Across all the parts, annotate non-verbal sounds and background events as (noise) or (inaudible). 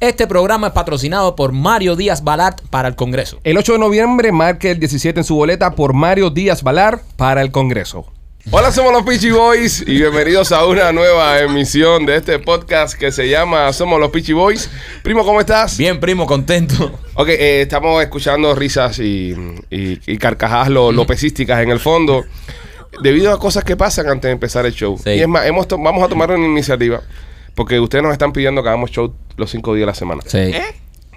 Este programa es patrocinado por Mario Díaz Balart para el Congreso. El 8 de noviembre marque el 17 en su boleta por Mario Díaz Valar para el Congreso. Hola, somos los Peachy Boys y bienvenidos a una nueva emisión de este podcast que se llama Somos los Peachy Boys. Primo, ¿cómo estás? Bien, primo, contento. Ok, eh, estamos escuchando risas y, y- y carcajadas lo- lopecísticas en el fondo debido a cosas que pasan antes de empezar el show. Sí. Y es más, hemos to- vamos a tomar una iniciativa porque ustedes nos están pidiendo que hagamos show los cinco días de la semana. Sí.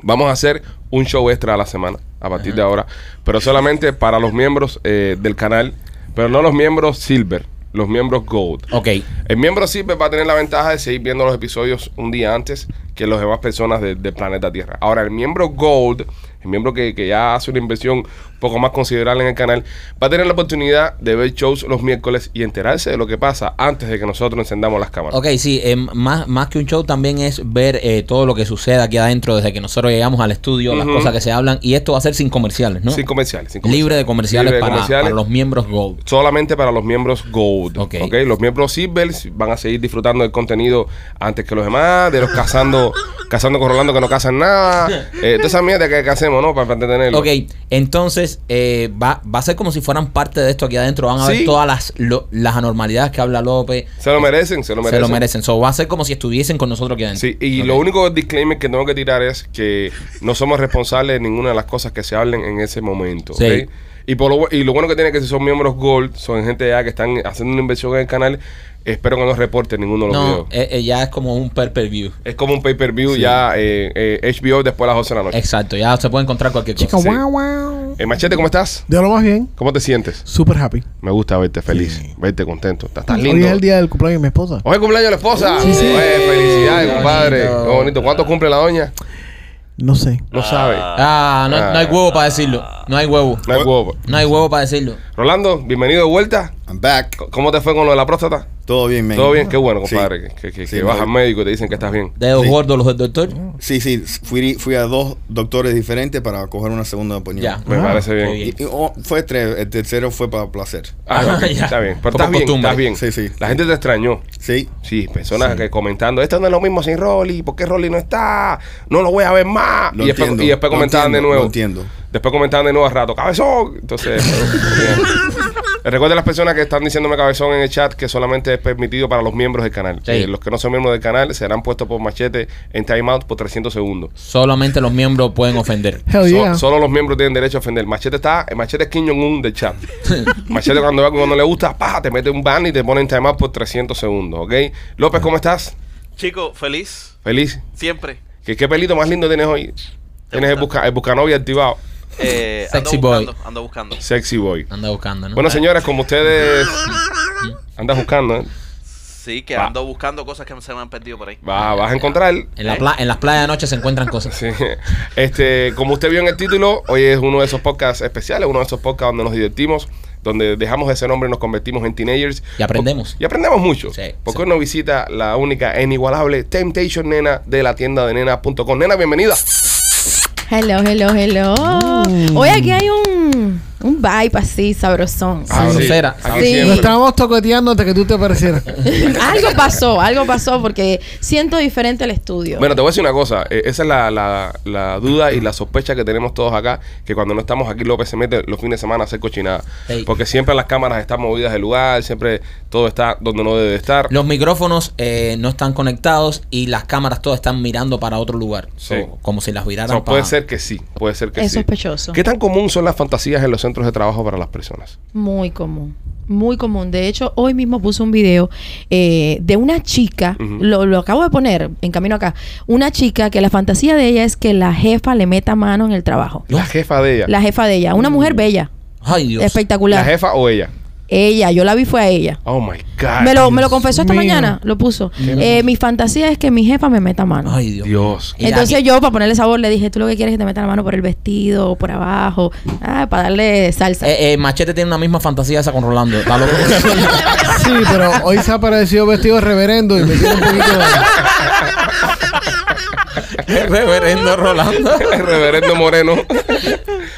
Vamos a hacer un show extra a la semana, a partir de ahora, pero solamente para los miembros eh, del canal, pero no los miembros Silver, los miembros Gold. Ok. El miembro Silver va a tener la ventaja de seguir viendo los episodios un día antes que las demás personas de- del planeta Tierra. Ahora, el miembro Gold, el miembro que, que ya hace una inversión un poco más considerable en el canal, va a tener la oportunidad de ver shows los miércoles y enterarse de lo que pasa antes de que nosotros encendamos las cámaras. Ok, sí, eh, más, más que un show también es ver eh, todo lo que sucede aquí adentro desde que nosotros llegamos al estudio, las Ujú. cosas que se hablan. Y esto va a ser sin comerciales, ¿no? Sin comerciales, sin comerciales. Libre de comerciales, Libre de para, comerciales. para los miembros Gold. Solamente para los miembros Gold. Ok. ok. Los miembros Silver van a seguir disfrutando del contenido antes que los demás, de los cazando, (laughs) cazando con Rolando que no cazan nada. Eh, toda esa mierda que, que hacemos, ¿no? Para, para entretenerlos. Ok, entonces eh, va, va a ser como si fueran parte de esto aquí adentro. Van a Sí. ver todas las, lo- las anormalidades que habla López. Se lo merecen, se lo Se merecen. lo merecen. So, va a ser como si estuviesen con nosotros aquí adentro. Sí, y lo único disclaimer que tengo que tirar es que no somos responsables de ninguna de las cosas que se hablen en ese momento. Sí. ¿ok? Y, por lo, bu- y lo bueno que tiene es que si son miembros Gold, son gente ya que están haciendo una inversión en el canal, espero que no reporten ninguno de los No, videos. eh, eh, ya es como un per per view. Es como un pay-per-view ya eh, eh, HBO después de las 12 de la noche. Exacto, ya se puede encontrar cualquier cosa. Chica, Sí. guau, guau. Eh, Machete, ¿cómo estás? De lo más bien, ¿Cómo te sientes? super happy. Me gusta verte feliz, verte contento. Estás tan Hoy lindo. Oh. es el día del cumpleaños de mi esposa. Hoy es cumpleaños de la esposa. Sí, sí. Eh, felicidades, Qué compadre. bonito. Qué bonito. ¿Cuánto cumple la doña? No sé. No sabe. Ah, no, hay- no hay huevo para decirlo. No hay huevo. No hay huevo. No hay huevo para decirlo. Rolando, bienvenido de vuelta. I'm back. C- ¿Cómo te fue con lo de la próstata? Todo bien, men. Todo bien, qué bueno, Sí. compadre. Que, que- Sí, que no. vas al médico y te dicen que estás bien. Dedos Sí. gordos los del doctor. Sí, sí. Fui, fui a dos doctores diferentes para coger una segunda opinión. Ya. Me Ah, parece bien. qué bien. Y- y- oh, fue tres. El tercero fue para placer. (laughs) Ah, ok, Ya. Está bien. Pero Como estás bien, costumbre. estás bien. Sí, sí. La gente te extrañó. Sí. Sí, personas que comentando, esto no es lo mismo sin Rolly, ¿por qué Rolly no está? No lo voy a ver más. Lo y, después, entiendo, y después lo comentaban entiendo, de nuevo. lo entiendo. Después comentaban de nuevo a rato, cabezón. Entonces, (laughs) eh, recuerden las personas que están diciéndome cabezón en el chat que solamente es permitido para los miembros del canal. Sí. Eh, los que no son miembros del canal serán puestos por machete en timeout por 300 segundos. Solamente los miembros pueden ofender. (laughs) Hell So- yeah. solo los miembros tienen derecho a ofender. Machete está, el machete es Kim Jong-un del chat. machete cuando ve cuando le gusta, pa, te mete un ban y te pone en timeout por 300 segundos, ¿ok? López, ¿cómo estás? Chico, feliz, Feliz. siempre. ¿Qué, qué pelito más lindo tienes hoy? Tienes el, busca, el buscanovia activado. Eh, Sexy ando boy. buscando, ando buscando. Sexy boy. Anda buscando, ¿no? Bueno, señores, como ustedes Mm. andas buscando, ¿eh? Sí, que Va. ando buscando cosas que se me han perdido por ahí. Va- vas a encontrar. (laughs) en, la pla- en las playas de noche se encuentran cosas. Sí. Este, como usted vio en el título, hoy es uno de esos podcasts especiales, uno de esos podcasts donde nos divertimos, donde dejamos ese nombre y nos convertimos en teenagers. Y aprendemos. Y aprendemos mucho. Sí, sí. porque uno visita la única e inigualable Temptation Nena de la tienda de nena.com. Nena, bienvenida. Hello, hello, hello. Mm. Hoy aquí hay un, un vibe así sabrosón. Ah, sí. Sabrosera. Aquí Sí. siempre. Nos estábamos tocoteando hasta que tú te (laughs) aparecieras. (laughs) algo pasó, algo pasó porque siento diferente el estudio. Bueno, te voy a decir una cosa. eh, esa es la, la- la duda y la sospecha que tenemos todos acá, que cuando no estamos aquí, López se mete los fines de semana a hacer cochinada. Ey. Porque siempre las cámaras están movidas del lugar, siempre todo está donde no debe de estar. Los micrófonos eh, no están conectados y las cámaras todas están mirando para otro lugar. So, Sí. como si las O viraran sea, para... puede ser que sí, puede ser que es sí. sospechoso. ¿Qué tan común son las fantasías en los centros de trabajo para las personas? Muy común. Muy común. De hecho, hoy mismo puse un video eh, de una chica, Ujú. lo, lo acabo de poner en camino acá, una chica que la fantasía de ella es que la jefa le meta mano en el trabajo. La jefa de ella. Mm. La jefa de ella, una mujer bella, Ay, Dios. espectacular. ¿La jefa o ella? Ella, yo la vi fue a ella. Oh my God. Me lo, Dios me lo confesó esta mío. mañana, lo puso. Eh, mi fantasía es que mi jefa me meta mano. Ay, Dios. Dios. (laughs) Y la- Entonces yo, para ponerle sabor, le dije, tú lo que quieres es que te meta la mano por el vestido, o por abajo, ah, para darle salsa. Eh, eh, Machete tiene una misma fantasía esa con Rolando. Está (laughs) loco. (laughs) Sí, pero hoy se ha aparecido vestido de reverendo y me tiene un poquito de... Reverendo Rolando. El reverendo Moreno.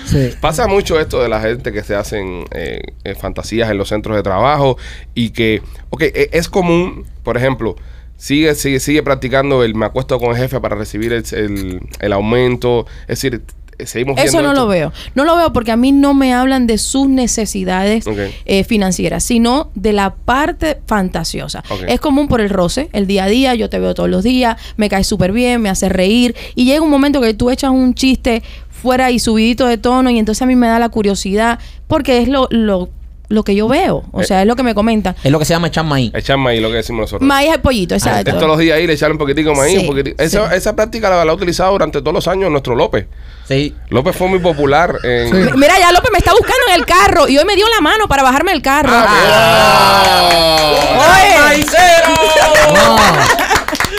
Sí. Pasa mucho esto de la gente que se hacen eh, eh, fantasías en los centros de trabajo y que, ok, e- es común, por ejemplo, sigue, sigue, sigue practicando el me acuesto con el jefe para recibir el, el- el aumento. Es decir, t- seguimos Eso viendo no esto. lo veo. No lo veo porque a mí no me hablan de sus necesidades Ok. eh, financieras, sino de la parte fantasiosa. Ok. Es común por el roce, el día a día, yo te veo todos los días, me caes súper bien, me haces reír y llega un momento que tú echas un chiste fuera y subidito de tono y entonces a mí me da la curiosidad porque es lo, lo, lo que yo veo, o Eh. sea, es lo que me comentan. Es lo que se llama echar maíz. Echar maíz, lo que decimos nosotros. Maíz al Ah, pollito, exacto. Es todos los días ahí, le echarle un poquitico de maíz. Sí, un poquitico- Esa, sí. esa práctica la, la ha utilizado durante todos los años nuestro López. Sí. López fue muy popular en... Sí. Mi- Mira, ya López me está buscando en el carro y hoy me dio la mano para bajarme el carro. Ah, Ah. Oye. No.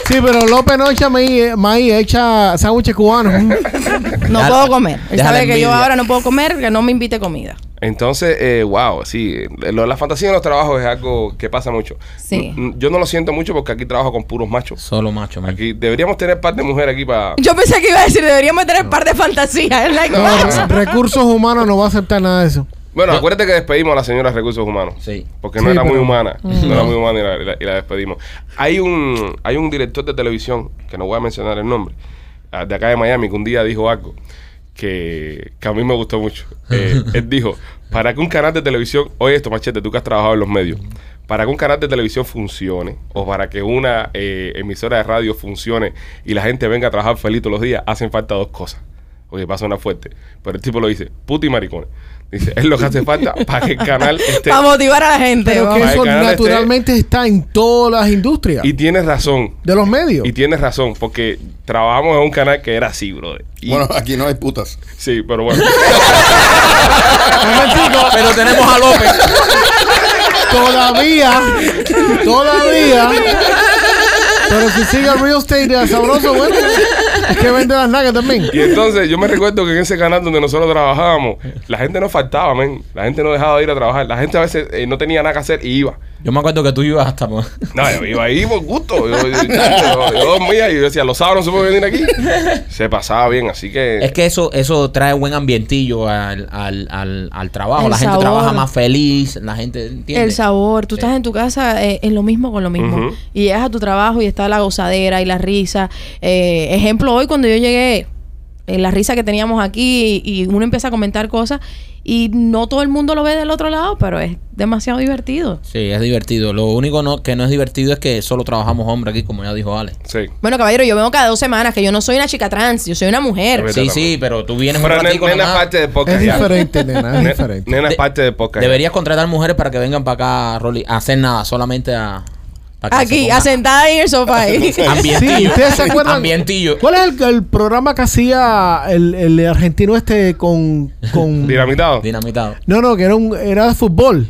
Sí, pero López no echa maíz, maíz echa (laughs) sándwiches cubanos. Mm. No Deja- puedo comer. Él deja la sabe que yo envidia. ahora no puedo comer, que no me invite comida. Entonces, eh, wow, sí, eh, lo de la fantasía en los trabajos es algo que pasa mucho. Sí. N- Yo no lo siento mucho porque aquí trabajo con puros machos. Solo macho, man. Aquí deberíamos tener par de mujeres aquí para... Yo pensé que iba a decir, deberíamos tener un par de fantasías. Es like, No, what? re- recursos humanos no va a aceptar nada de eso. Bueno, acuérdate que despedimos a la señora de Recursos Humanos. Sí. Porque no Sí, era muy pero- humana. No era muy humana y la, y la- y la despedimos. Hay un, hay un director de televisión, que no voy a mencionar el nombre, ah, de acá de Miami, que un día dijo algo que, que a mí me gustó mucho. Eh, él dijo, para que un canal de televisión, oye esto, machete, tú que has trabajado en los medios, para que un canal de televisión funcione o para que una eh, emisora de radio funcione y la gente venga a trabajar feliz todos los días, hacen falta dos cosas. Oye, pasa una fuerte. Pero el tipo lo dice, puti maricones. Dice, es lo que hace falta para que el canal Este- esté... Para motivar a la gente. Pero vamos. que Para eso el canal este- naturalmente está en todas las industrias Y tienes razón. de los medios. Y tienes razón, porque trabajamos en un canal que era así, brother. Y- Bueno, aquí no hay putas. Sí, pero bueno. (laughs) Pero tenemos a (laughs) López. Todavía, todavía. Pero si sigue el real estate de sabroso, bueno, es que vende las nalgas también. y entonces yo me recuerdo que en ese canal donde nosotros trabajábamos, la gente no faltaba, men. La gente no dejaba de ir a trabajar. La gente a veces eh, no tenía nada que hacer y iba. Yo me acuerdo que tú ibas hasta. por- No, yo iba ahí por gusto. Yo, yo, yo- yo dormía y yo decía, los sábados no se puede venir aquí. Se pasaba bien, así que... Es que eso, eso trae buen ambientillo al, al, al, al trabajo. El la gente sabor. trabaja más feliz. La gente entiende. El sabor. Tú estás en tu casa eh, en lo mismo con lo mismo. Ujú. Y llegas a tu trabajo y está la gozadera y la risa. Eh, ejemplo, hoy cuando yo llegué, eh, la risa que teníamos aquí y, y uno empieza a comentar cosas y no todo el mundo lo ve del otro lado, pero es demasiado divertido. Sí, es divertido. Lo único no, que no es divertido es que solo trabajamos hombres aquí, como ya dijo Ale. Sí. Bueno, caballero, yo vengo cada dos semanas, que yo no soy una chica trans, yo soy una mujer. Pero Sí, también. sí, pero tú vienes Pero un ne- ratico nena es nomás. parte de podcast Es ya. diferente, nena, es Ne- diferente. Nena es De- parte de podcast. ya. Deberías contratar mujeres para que vengan para acá a, Rolly- a hacer nada, solamente a... para que se Aquí, pongan- asentada ahí en el (laughs) sofá. ahí. Ambientillo. Sí, ¿ustedes se acuerdan? Ambientillo. ¿Cuál es el, el programa que hacía el, el argentino este con... (laughs) con Dinamitado. Dinamitado. no, no, que era, un, era de fútbol.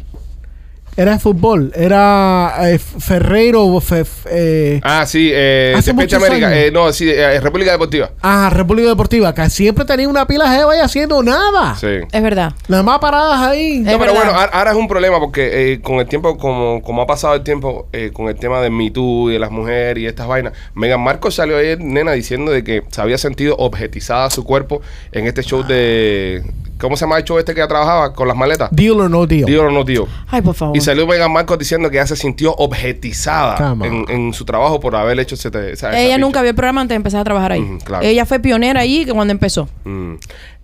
Era de fútbol. Era eh, Ferreiro... Fe- eh, Ah, sí, eh, Hace Despierta muchos América. años. Eh, no, sí, eh, República Deportiva. Ah, República Deportiva, que siempre tenía una pila jeva y haciendo nada. Sí. es verdad. Nada más paradas ahí. Es No, pero verdad. bueno, ahora- ahora es un problema porque eh, con el tiempo, como, como ha pasado el tiempo, eh, con el tema de Me Too y de las mujeres y estas vainas, Megan Marco salió ayer, nena, diciendo de que se había sentido objetizada su cuerpo en este show de... ¿Cómo se llama el show este que ella trabajaba? Con las maletas. Deal or no deal. Tío o no tío. Ay, por favor. Y salió Megan Marco diciendo que ella se sintió objetizada Come en, on. en su trabajo por haber hecho ese... te- esa- esa Ella picha. nunca vio el programa antes de empezar a trabajar ahí. Ujú, claro. Ella fue pionera allí que cuando empezó. Mm.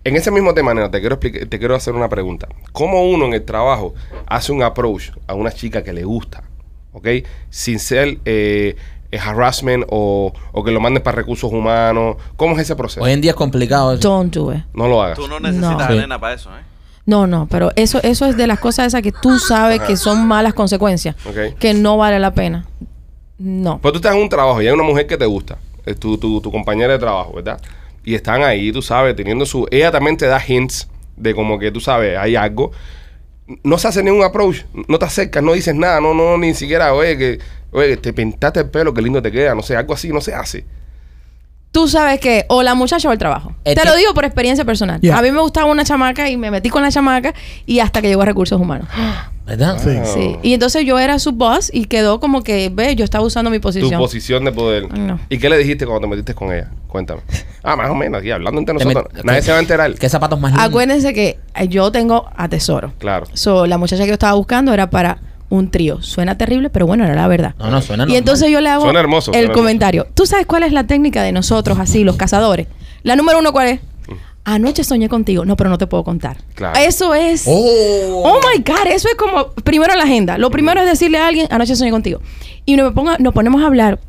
En ese mismo tema, nena, te quiero, explica- te quiero hacer una pregunta. ¿Cómo uno en el trabajo hace un approach a una chica que le gusta? ¿Ok? Sin ser eh, eh, harassment o, o que lo manden para recursos humanos. ¿Cómo es ese proceso? Hoy en día es complicado. eso. Don't do it. no lo hagas. Tú no necesitas No. a nena para eso, ¿eh? No, no, pero eso, eso es de las cosas esas que tú sabes que son malas consecuencias. Ok. Que no vale la pena. No. Pues tú estás en un trabajo y hay una mujer que te gusta, es tu, tu, tu compañera de trabajo, ¿verdad? Y están ahí, tú sabes, teniendo su... Ella también te da hints de como que tú sabes, hay algo. no se hace ningún approach, no te acercas, no dices nada, no, no, ni siquiera, oye, que, oye, que te pintaste el pelo, qué lindo te queda, no sé, algo así no se hace. Tú sabes que o la muchacha o el trabajo. Eh, Te tú- lo digo por experiencia personal. Yeah. A mí me gustaba una chamaca y me metí con la chamaca y hasta que llegó a recursos humanos. Oh. ¿Verdad? Sí. Sí. Y entonces yo era su boss y quedó como que, ve, yo estaba usando mi Tu posición. posición de poder. Ay, no. ¿Y qué le dijiste cuando te metiste con ella? Cuéntame. Ah, más o menos, aquí hablando entre Te nosotros. met- Nadie que- se va a enterar. ¿Qué zapatos más Ah, lindos? Acuérdense que eh, yo tengo a tesoro. Claro. So, la muchacha que yo estaba buscando era para un trío. Suena terrible, pero bueno, era la verdad. No, no, suena Y normal. entonces yo le hago Suena hermoso, el suena hermoso. comentario. ¿Tú sabes cuál es la técnica de nosotros, así, los cazadores? La número uno, ¿cuál es? Anoche soñé contigo. No, pero no te puedo contar. Mm. Claro. Eso es. ¡Oh! Oh my God, eso es como primero en la agenda. Lo primero es decirle a alguien, anoche soñé contigo. Y nos, ponga- nos ponemos a hablar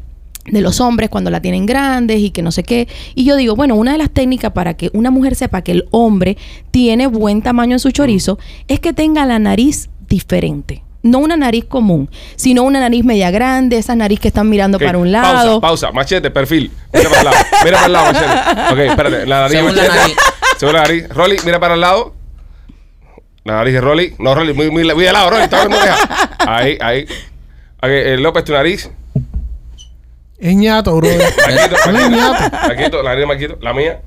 de los hombres cuando la tienen grandes y que no sé qué. Y yo digo, bueno, una de las técnicas para que una mujer sepa que el hombre tiene buen tamaño en su chorizo es que tenga la nariz diferente. No una nariz común, sino una nariz media grande, esas nariz que están mirando Ok, para un lado. Pausa, pausa, machete, perfil. Mira para el lado. Mira para el lado, machete. Ok, espérate. La nariz de Según la machete. nariz. Según la nariz. Rolly, mira para el lado. La nariz de Rolly. No, Rolly, muy, muy, muy de lado, Rolly. Está viendo oreja. Ahí, ahí. Ok, eh, López, tu nariz. Es ñato, bro. Maquito, Ay, Maquito. ñato. Maquito, la nariz de Maquito. La mía.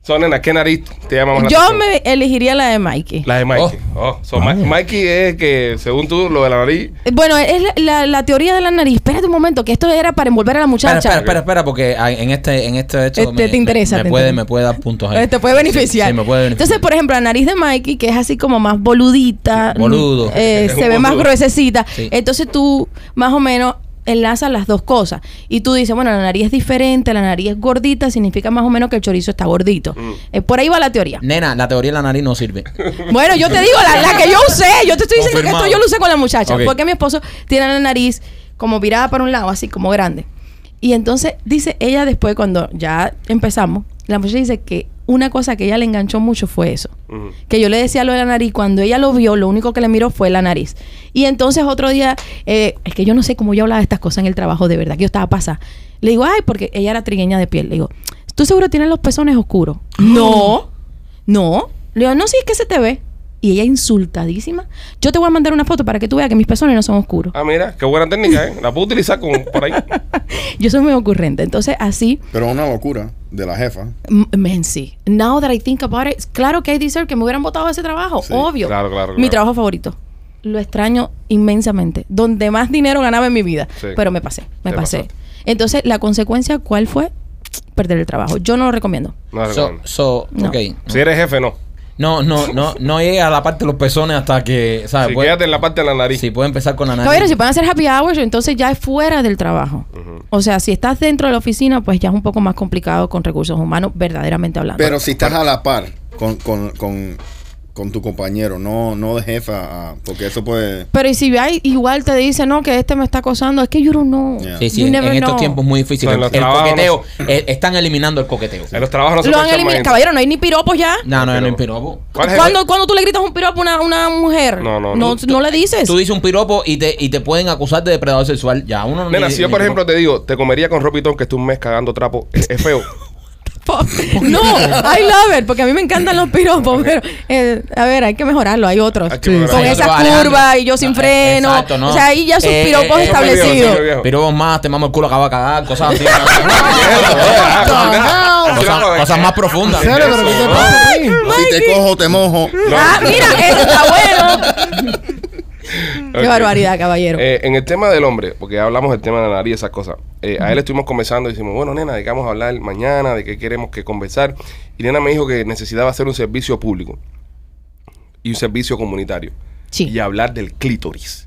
Son nena, ¿qué nariz te llamamos la Yo atención? me elegiría la de Mikey. La de Mikey. Oh. so, Ma- Mikey es que, según tú, lo de la nariz. Eh, Bueno, es la, la- la teoría de la nariz. Espérate un momento, que esto era para envolver a la Espera, muchacha. espera, espera, espera, porque ah, en este, en este hecho Este, te interesa, me, te puede, interesa. me puede dar puntos ahí. Eh, Te puede beneficiar. Sí, me puede beneficiar. Entonces, por ejemplo, la nariz de Mikey, que es así como más boludita. Boludo. eh, Es un se ve más boludo. gruesecita. Sí. Entonces tú, más o menos, enlazas las dos cosas. Y tú dices, bueno, la nariz es diferente, la nariz es gordita, significa más o menos que el chorizo está gordito. Eh, por ahí va la teoría. Nena, la teoría de la nariz no sirve. Bueno, yo te digo, la, la que yo usé, yo te estoy diciendo Confirmado. que esto yo lo usé con la muchacha, Ok. porque mi esposo tiene la nariz como virada para un lado, así como grande. Y entonces dice ella después, cuando ya empezamos, la muchacha dice que una cosa que ella le enganchó mucho fue eso. Ujú. Que yo le decía lo de la nariz, cuando ella lo vio, lo único que le miró fue la nariz. Y entonces otro día, eh, es que yo no sé cómo yo hablaba de estas cosas en el trabajo, de verdad, que yo estaba pasada. Le digo, ay, porque ella era trigueña de piel. Le digo, ¿tú seguro tienes los pezones oscuros? No, no. Le digo, no, sí, es que se te ve. Y ella insultadísima. Yo te voy a mandar una foto para que tú veas que mis pezones no son oscuros. Ah, mira, qué buena técnica, ¿eh? La puedo utilizar con, por ahí. Yo soy muy ocurrente. Entonces, así Pero una locura de la jefa. M- Men, sí. Now that I think about it, claro que hay deserve que me hubieran votado de ese trabajo, Sí, obvio. claro, claro, Mi claro. trabajo favorito. Lo extraño inmensamente. Donde más dinero ganaba en mi vida. Sí. Pero me pasé, me Te pasé. pasaste. Entonces, la consecuencia, ¿cuál fue? Perder el trabajo. Yo no lo recomiendo. No, So, no. so, No. ok. Si eres jefe, no. No, no, no, no llega a la parte de los pezones hasta que, ¿sabes? Si Puede- quédate en la parte de la nariz. sí, puede empezar con la nariz. Caballero, si van a hacer happy hours, entonces ya es fuera del trabajo. O sea, si estás dentro de la oficina, pues ya es un poco más complicado con recursos humanos, verdaderamente hablando. Pero si estás a la par con, con, con, con tu compañero, no, no de jefa, ah, porque eso puede... Pero y si hay, igual te dice, no, que este me está acosando, es que yo no. Yeah. Sí, sí, You en, never en estos know. tiempos muy difíciles. O sea, en los el trabajos coqueteo, eh, están eliminando el coqueteo. En los trabajos no se Lo han puede echar eliminado. más gente. Caballero, no hay ni piropos ya. No, no, no, no, piropo. ¿Cuál es el- ¿Cuándo, cuándo tú le gritas un piropo a una, una mujer? No, no, no. no. no le dices. (laughs) Tú dices un piropo y te, y te pueden acusar de depredador sexual. Ya uno no. Nena, ni- si yo, ni- por ejemplo, te digo, te comería con ropitón que esté un mes cagando trapo, es, es feo. (laughs) no, I love it, porque a mí me encantan los piropos, pero eh, a ver, hay que mejorarlo, hay otros. Hay que mejorar. Con Hay esas otros, Alejandro. curvas y yo sin Ah, freno. exacto, ¿no? O sea, ahí ya sus Eh, piropos eh, eh, establecidos. viejo, viejo. Pirobos más, te mamo el culo, acaba de cagar, cosas (laughs) así. Wow. cosas, cosas más profundas. ¿En serio? ¿Pero qué te pasa ahí? Si te cojo, te mojo. ah, mira, eso está bueno. Qué barbaridad, caballero. Eh, en el tema del hombre, porque ya hablamos del tema de la nariz y esas cosas, eh, a él estuvimos conversando y decimos, bueno, nena, de qué vamos a hablar mañana, de qué queremos que conversar. Y nena me dijo que necesitaba hacer un servicio público y un servicio comunitario. Sí. Y hablar del clítoris.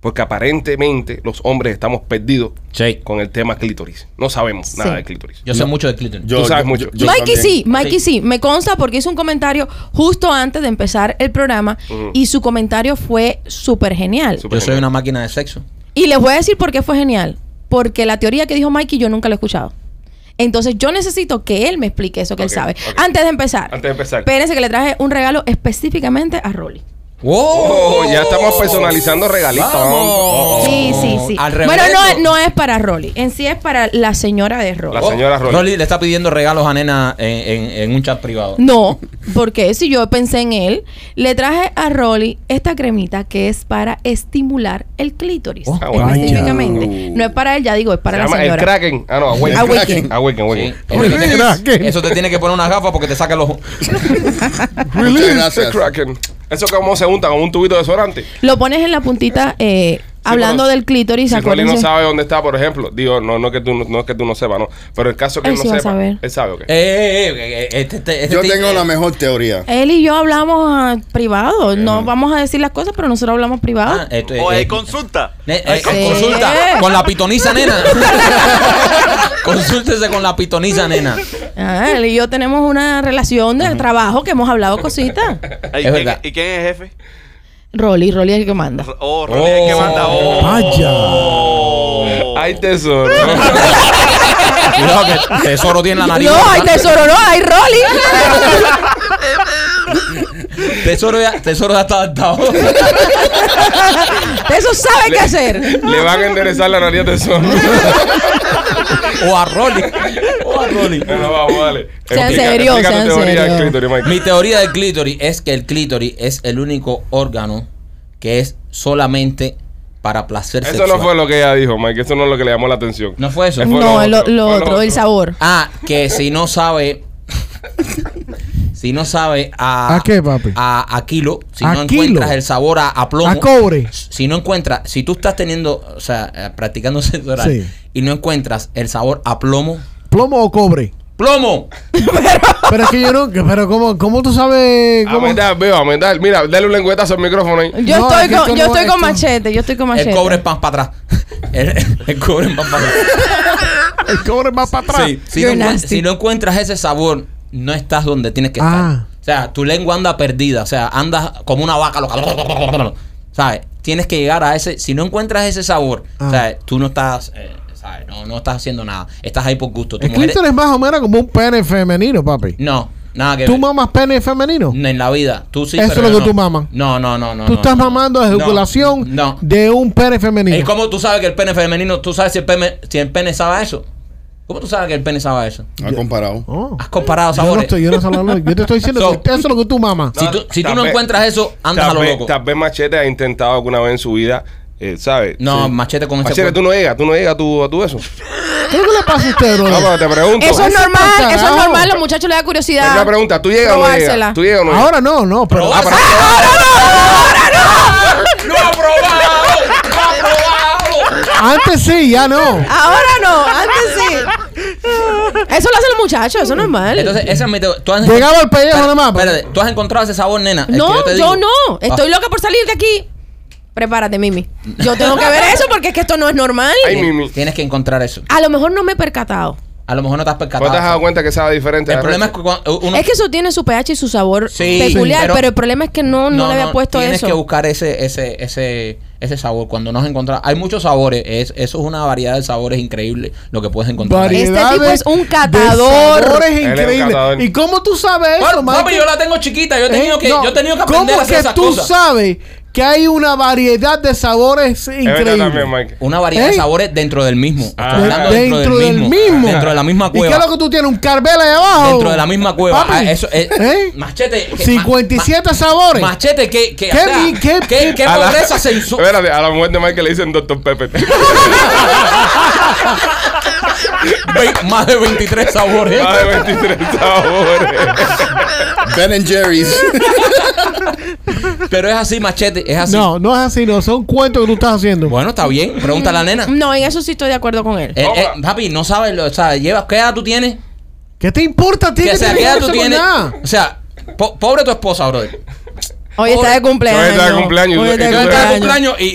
Porque aparentemente los hombres estamos perdidos Sí. con el tema clítoris. No sabemos Sí. nada de clítoris. Yo sé mucho de clítoris. Yo- Tú sabes mucho. yo Mikey también. sí, Mikey sí. Me consta porque hizo un comentario justo antes de empezar el programa y su comentario fue súper genial. Súper. Yo soy una máquina de sexo. Y les voy a decir por qué fue genial. Porque la teoría que dijo Mikey yo nunca la he escuchado. Entonces yo necesito que él me explique eso que Ok, él sabe. ok. Antes de empezar. Antes de empezar. Espérense que le traje un regalo específicamente a Rolly. Oh, ya estamos personalizando regalitos. Vamos. Sí, sí, sí. Oh, Al revés. Bueno, no, no es para Rolly. En sí es para la señora de Rolly. La señora Rolly. Rolly le está pidiendo regalos a nena en, en- en un chat privado. No, porque si yo pensé en él, le traje a Rolly esta cremita que es para estimular el clítoris. Oh, vaya. específicamente. No es para él, ya digo, es para Se la llama señora. el Kraken. Ah, no, Awaken. Awaken. Awaken, Sí. Eso, Awaken. te tiene, Crack. que- eso te tiene que poner unas gafas porque te saca los. Eh, Muchas (laughs) The gracias. Kraken. Eso como se unta con un tubito de desodorante. Lo pones en la puntita, eh, hablando pero del clítoris, Si Rolly no acuérdense. sabe dónde está, por ejemplo, digo, no, no, es que tú, no, no es que tú no sepas, no. Pero el caso que Él él no sí va a sepa, saber. él sabe, ok. Eh, eh, eh, eh, este- este- este Yo tipo- tengo la mejor teoría. Él y yo hablamos ah, privado. No vamos a decir las cosas, pero nosotros hablamos privado. Ah, esto- O eh, hay eh, consulta. eh, eh, Hay Sí. Consulta con la pitonisa nena. (laughs) Consúltese con la pitonisa nena. Ah, él y yo tenemos una relación de trabajo que hemos hablado (laughs) cositas. Ay, Es ¿quién- verdad. ¿Y quién es el jefe? Rolly, Rolly es el que manda. Oh, Rolly es el que Oh. manda. Oh. Ay, tesoro. (laughs) Cuidado que tesoro tiene la nariz. No, hay tesoro, no, hay Rolly. (laughs) Tesoro ya, tesoro ya está adaptado. (laughs) Eso sabe qué hacer. Le van a enderezar la nariz (laughs) a tesoro. o a Rolly. O a Rolly. Bueno, vamos, dale. Sean Explica- serios, explica tu sean teoría del serios. clítoris, Mike. Mi teoría del clítoris es que el clítoris es el único órgano que es solamente para placer Eso sexual. no fue lo que ella dijo, Mike. Eso no es lo que le llamó la atención. ¿No fue eso? Es bueno. No, lo otro, fue lo lo, lo otro, el otro. sabor. Ah, que si no sabe. Si no sabe a, ¿A qué, papi? A, a kilo, si ¿A no kilo? encuentras el sabor a, a (laughs) plomo. A cobre. Si no encuentras, si tú estás teniendo, o sea, eh, practicando (laughs) sexo oral Sí. y no encuentras el sabor a plomo. ¿Plomo o cobre? ¡Plomo! Pero es que yo no. Pero, ¿cómo, cómo tú sabes? Ah, A Cómo? (laughs) aumentar, veo, a aumentar. Mira, dale un lengüetazo al micrófono ahí. Yo No, estoy es que con, esto yo no- estoy con esto- machete, yo estoy con machete. El cobre es más para atrás. (laughs) El, el cobre es más para atrás. El cobre va para atrás. Sí, si, no You're encuent- nasty. si no encuentras ese sabor, no estás donde tienes que Ah. estar. O sea, tu lengua anda perdida. O sea, andas como una vaca loca. ¿Sabes? Tienes que llegar a ese. Si no encuentras ese sabor, Ah. ¿sabes? Tú no estás. eh, ¿Sabes? No, no estás haciendo nada. Estás ahí por gusto. Tu El mujer- clítoris es más o menos como un pene femenino, papi. No, nada que ¿Tú ver. mamas pene femenino? No, En la vida. Tú sí, Eso pero es yo lo que no. tú mamas. No, no, no, no. Tú no, estás no. mamando No, eyaculación No. de un pene femenino. ¿Y cómo tú sabes que el pene femenino? ¿Tú sabes si el pene, si el pene sabe a eso? ¿Cómo tú sabes que el pene sabe a eso? Ha comparado. Oh. Has comparado Yo, no sabores. estoy, yo, no estoy hablando- yo te estoy diciendo So- que eso es lo que tú mamas. Si tú, si tú no Tal vez- encuentras eso, andas a Tal lo vez- loco. Tal vez Machete ha intentado alguna vez en su vida, eh, ¿sabes? No, Sí. machete con ese Machete, cuerpo. tú no llegas, tú no llegas a tu, a tu eso. ¿Qué es lo que le pasa a usted, bro? No, pero te pregunto. Eso es Eso es normal, para eso es carajo. normal, los muchachos les da Es curiosidad. una pregunta, ¿tú llegas o no probársela. llegas? ¿Tú llegas o no llegas? Ah, Ahora no, no, pero. Probar- pero- ¡No ha probado! ¡No ha probado! Antes sí, ya no. Ahora (laughs) no, antes sí. Eso lo hace el muchacho, eso no es mal. Entonces, esa es mi teoría. ¿Tú has- Llegaba al pellejo nada más. Espérate, ¿tú has encontrado ese sabor, nena? El que pues. no, yo, te digo. no. Estoy Ah, loca por salir de aquí. Prepárate, Mimi. Yo tengo que ver eso porque es que esto no es normal. Ay, Mimi. Tienes que encontrar eso. A lo mejor no me he percatado. A lo mejor no te has ¿Vos te has dado percatado. cuenta que sabe diferente? El a la problema es resto? que cuando uno... Es que eso tiene su pH y su sabor Sí, peculiar, sí, pero- pero, el problema es que no, no, le había puesto tienes eso. que buscar ese, ese, ese, ese sabor. Cuando no has encontrado... Hay muchos sabores. Es, eso es una variedad de sabores increíble lo que puedes encontrar. Vari- ahí. Variedades Este tipo es un de catador. sabores Él es un increíbles. catador. ¿Y cómo tú sabes eso, Bueno, Mike? papi, yo la tengo chiquita. Yo he tenido Eh, que, no, yo he tenido que aprender ¿Cómo a hacer que esas tú cosas. sabes que hay una variedad de sabores Es verdad también, increíbles? Mike. Una variedad de ¿Eh? sabores dentro del mismo. Estoy Ah. hablando De- dentro del mismo. Dentro de la misma ¿Y qué cueva. es lo que tú tienes? ¿Un carbel ahí abajo? Dentro de la misma cueva. Papi, Ah, eso, eh, ¿eh? Machete. que- 57 ma- sabores. Machete, que, que, ¿Qué o sea, vi- qué- qué- qué A la- pobreza (laughs) sensual. Espérate, a la mujer de Mike le dicen Dr. (laughs) Pepper. Más de 23 sabores. Más de 23 sabores. Ben and Jerry's. Pero es así, machete, es así. No, no es así, no. Son cuentos que tú estás haciendo. Bueno, está bien. Pregunta a la nena. No, en eso sí estoy de acuerdo con él. Eh, eh, Opa. papi, no sabes, lo, o sea, llevas, ¿qué edad tú tienes? ¿Qué te importa a ti? ¿Qué, que o sea, te ¿qué edad digan tú eso con tienes? nada? O sea, po- pobre tu esposa, brother. Hoy está de cumpleaños. Hoy está de cumpleaños. Hoy está de Y tú Yo Claro. estaba de cumpleaños cumpleaños. y,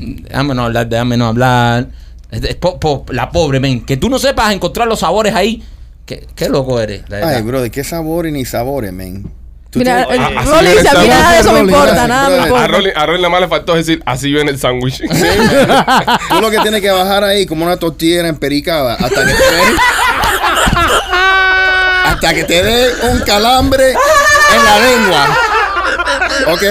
y- déjame no hablar, déjame no hablar. Es- es po- po- la pobre, men. Que tú no sepas encontrar los sabores ahí. Qué, qué loco eres. la verdad. Ay, bro, ¿de qué sabores ni sabores, men? Tú Mira, tienes- eh, así Rolly debe dice, a mí estar. nada de eso me Rolly, importa, gracias, nada me brother. A importa. Ah, Rolly, a Rolly nada más le faltó decir, así viene el sándwich. eh. Tú lo que tienes que bajar ahí como una tortilla empericada hasta que te dé hasta que te dé un calambre en la lengua. Ok.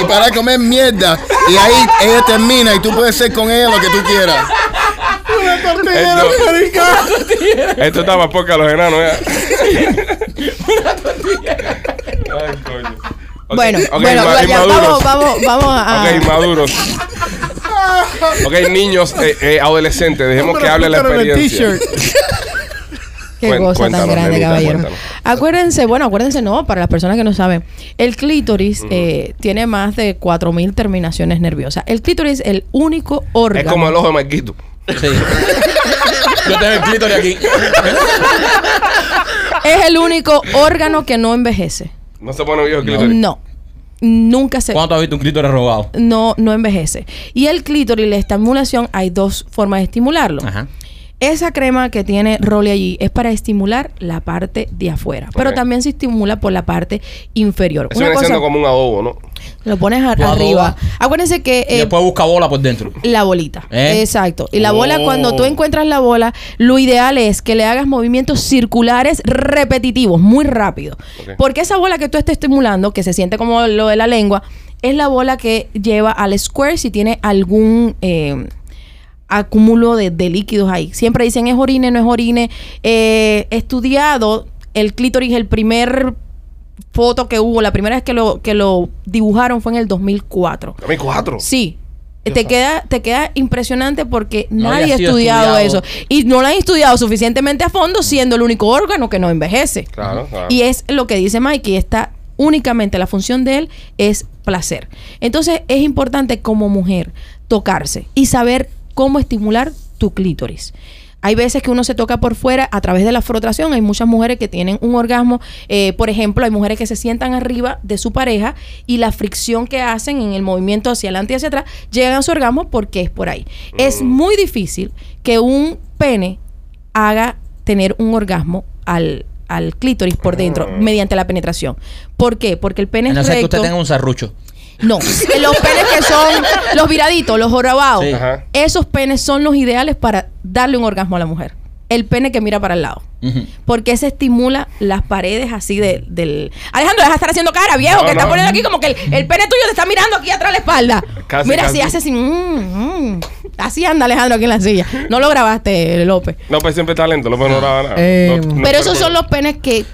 y para de comer mierda. Y ahí ella termina y tú puedes ser con ella lo que tú quieras. Eh, Esto, (laughs) esto está más poca los enanos, (laughs) ¿eh? Ay, coño. Ok, Bueno, ok, bueno, ma- ya inmaduros. vamos, ah. vamos, vamos a. Ok, maduros. Ok, niños, eh, eh, adolescentes, dejemos que hable la Pero en el experiencia. t-shirt. Qué Cuen- cosa tan cuéntanos, grande, nenita, caballero. cuéntanos. Acuérdense, bueno, acuérdense, no, para las personas que no saben, el clítoris eh, tiene más de 4.000 terminaciones nerviosas. El clítoris es el único Es órgano. como el ojo de Marquito. Sí. Yo tengo el clítoris aquí. Es el único órgano que no envejece. No se pone viejo el clítoris. No. Nunca se. ¿Cuándo tú has visto un clítoris robado? No, no envejece. Y el clítoris, la estimulación, hay dos formas de estimularlo. Ajá. Esa crema que tiene Rolly allí es para estimular la parte de afuera, pero Ok. también se estimula por la parte inferior. Eso viene siendo como un adobo, ¿no? Lo pones a- Tú arriba. adobas. Acuérdense que y eh, después busca bola por dentro. la bolita. ¿Eh? Exacto. Y la bola, Oh. cuando tú encuentras la bola, lo ideal es que le hagas movimientos circulares repetitivos, muy rápido. Ok. Porque esa bola que tú estés estimulando, que se siente como lo de la lengua, es la bola que lleva al square si tiene algún... eh, acúmulo de, de líquidos ahí. Siempre dicen es orine, no es orine. Eh, estudiado, el clítoris, el primer foto que hubo, la primera vez que lo, que lo dibujaron fue en el 2004. A mí cuatro. Sí. Te queda, te queda impresionante porque No nadie había ha sido estudiado, estudiado. eso. Y no lo han estudiado suficientemente a fondo, siendo el único órgano que no envejece. Claro, claro. Y es lo que dice Mike, y está únicamente la función de él es placer. Entonces es importante como mujer tocarse y saber cómo estimular tu clítoris. Hay veces que uno se toca por fuera a través de la frotación. Hay muchas mujeres que tienen un orgasmo. eh, por ejemplo, hay mujeres que se sientan arriba de su pareja y la fricción que hacen en el movimiento hacia adelante y hacia atrás llegan a su orgasmo porque es por ahí. Es muy difícil que un pene haga tener un orgasmo al, al clítoris por Ah. dentro mediante la penetración. ¿Por qué? Porque el pene A es no ser que recto. usted tenga un serrucho. No, eh, los penes que son los viraditos, los jorobados, Sí. Ajá. esos penes son los ideales para darle un orgasmo a la mujer. El pene que mira para el lado. Ujú. Porque se estimula las paredes así de- del... Alejandro, deja de estar haciendo cara, viejo, No, que está no. poniendo aquí como que el, el pene tuyo te está mirando aquí atrás de la espalda. Casi, Mira, casi. así hace así... mm, mm. Así anda Alejandro aquí en la silla. No lo grabaste, López. López pues siempre está lento, López no graba nada. Eh, No- no- Pero esos son los penes que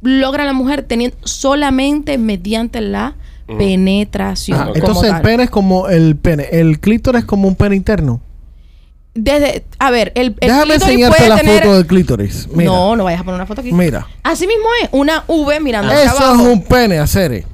logra la mujer teniendo solamente mediante la penetración. Ah, como Entonces el tal. pene es como el pene. El clítoris es como un pene interno. Desde, a ver, el, el Déjame clítoris enseñarte puede la tener- foto del clítoris. Mira. No, no vayas a poner una foto aquí. Mira. Ah. Así mismo es una V mirando hacia Eso es abajo. un pene, hacer.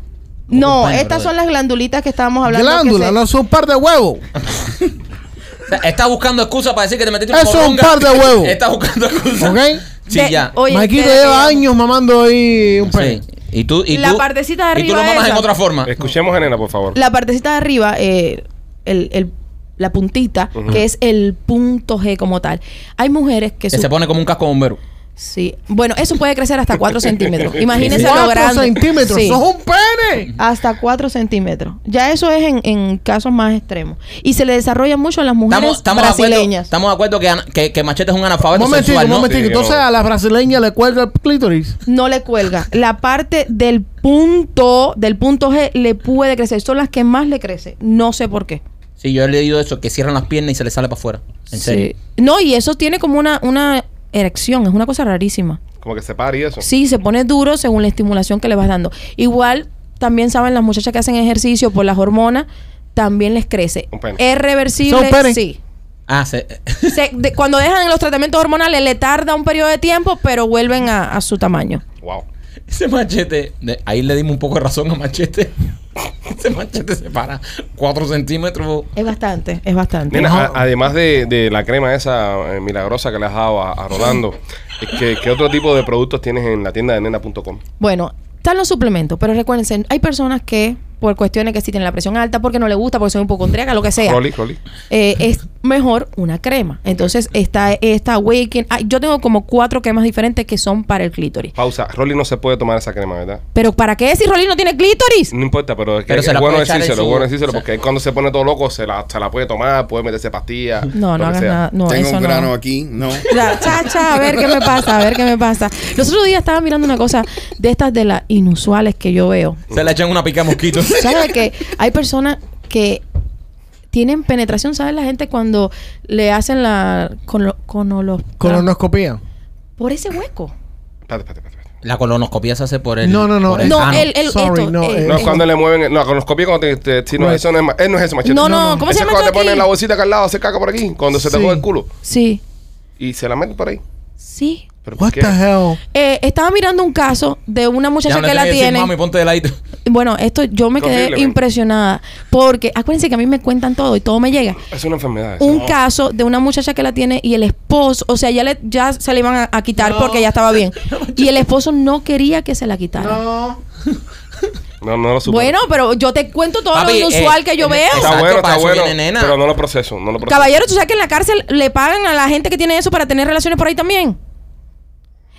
No, Compañero, estas son brother. las glandulitas que estábamos hablando. que Glándula, se- no es un par de huevos. O sea, Estás buscando excusa para decir que te metiste Eso es un moronga. par de huevos. Estás buscando excusa. ¿Ok? Sí, de- ya. oye, Maquito espérate, lleva vamos. años mamando ahí un pene. Sí. Y tú, y La tú- partecita de y tú arriba lo mamas esa. en otra forma. Escuchemos a Nena, por favor. La partecita de arriba, eh, el- el- la puntita, que es el punto G como tal. Hay mujeres que... Que su- se pone como un casco bombero. Sí. Bueno, eso puede crecer hasta 4 centímetros. Imagínense lo Cuatro grande. centímetros. Sí. Eso es un pene. Hasta 4 centímetros. Ya eso es en, en casos más extremos. Y se le desarrolla mucho a las mujeres Estamos, estamos, de acuerdo, brasileñas. estamos de acuerdo que, ana- que, que Machete es un analfabeto Momentico, sexual, ¿no? momentico. Sí, Entonces no. a la brasileña le cuelga el clítoris. no le cuelga. La parte del punto, del punto G, le puede crecer. Son las que más le crece. No sé por qué. Sí, yo he leído eso, que cierran las piernas y se le sale para afuera. En serio. Sí. No, y eso tiene como una, una erección. Es una cosa rarísima. Como que se para y eso. Sí, se pone duro según la estimulación que le vas dando. Igual, también saben las muchachas que hacen ejercicio por las hormonas, también les crece. Un pene. Es reversible, Son pene. sí. Ah, se, (laughs) Se- de- cuando dejan los tratamientos hormonales, le tarda un periodo de tiempo, pero vuelven a, a su tamaño. Wow. ese machete. de- ahí le dimos un poco de razón a Machete. (laughs) ese machete se para 4 centímetros. Es bastante, es bastante. Nena, a- además de, de la crema esa eh, milagrosa que le has dado a, a Rolando, ¿qué, qué otro tipo de productos tienes en la tienda de nena.com? Bueno, están los suplementos, pero recuérdense, hay personas que por cuestiones que si tiene la presión alta, porque no le gusta, porque soy hipocondríaca, lo que sea. Rolly, Rolly. eh, es mejor una crema. Entonces, está esta Waken. ah, yo tengo como cuatro cremas diferentes que son para el clítoris. Pausa. Rolly no se puede tomar esa crema, ¿verdad? Pero ¿para qué si Rolly no tiene clítoris? No importa, pero es, que Pero se es la bueno puede echar en decírselo, su- es bueno decírselo, o sea- porque él cuando se pone todo loco se la, se la puede tomar, puede meterse pastillas. No, lo no que hagas sea. nada. No, Tengo eso un no. grano aquí, no. Ya, cha, cha, a ver qué me pasa, a ver qué me pasa. Los otros días estaba mirando una cosa de estas de las inusuales que yo veo. Se le echan una pica de (laughs) mosquito. ¿Sabes que hay personas que tienen penetración? ¿Sabes la gente cuando le hacen la con los Colonoscopía. por ese hueco? Espérate, espérate, espérate. La colonoscopía se hace por el. No, no, no. por Ah, el No, ano. el, el Sorry, esto, no, eh, No, Eh, es cuando le mueven. el- No, con los copias cuando te. te- si no, Right. eso no es, ma- él no es eso, machete. No, no, Eso ¿cómo se es llama cuando te eso ponen aquí? la bolsita acá al lado, se caca por aquí, cuando se te Sí. coge el culo. Sí, Y se la meten por ahí. sí. ¿Pero por What qué? the hell? Eh, estaba mirando un caso de una Ya muchacha no que te la voy a decir, tiene. Mami, ponte de ladito. Bueno, esto yo me Qué quedé horrible, man. impresionada porque acuérdense que a mí me cuentan todo y todo me llega. Es una enfermedad. eso. un caso de una muchacha que la tiene y el esposo, o sea, ya, le, ya se le iban a, a quitar porque ya estaba bien. Y el esposo no quería que se la quitara. No, no lo supo. bueno, pero yo te cuento todo Papi, lo inusual eh, que yo eh, veo. Está Exacto, bueno, para está eso bueno. viene, nena. Pero no lo proceso, no lo proceso. Caballero, ¿tú sabes que en la cárcel le pagan a la gente que tiene eso para tener relaciones por ahí también?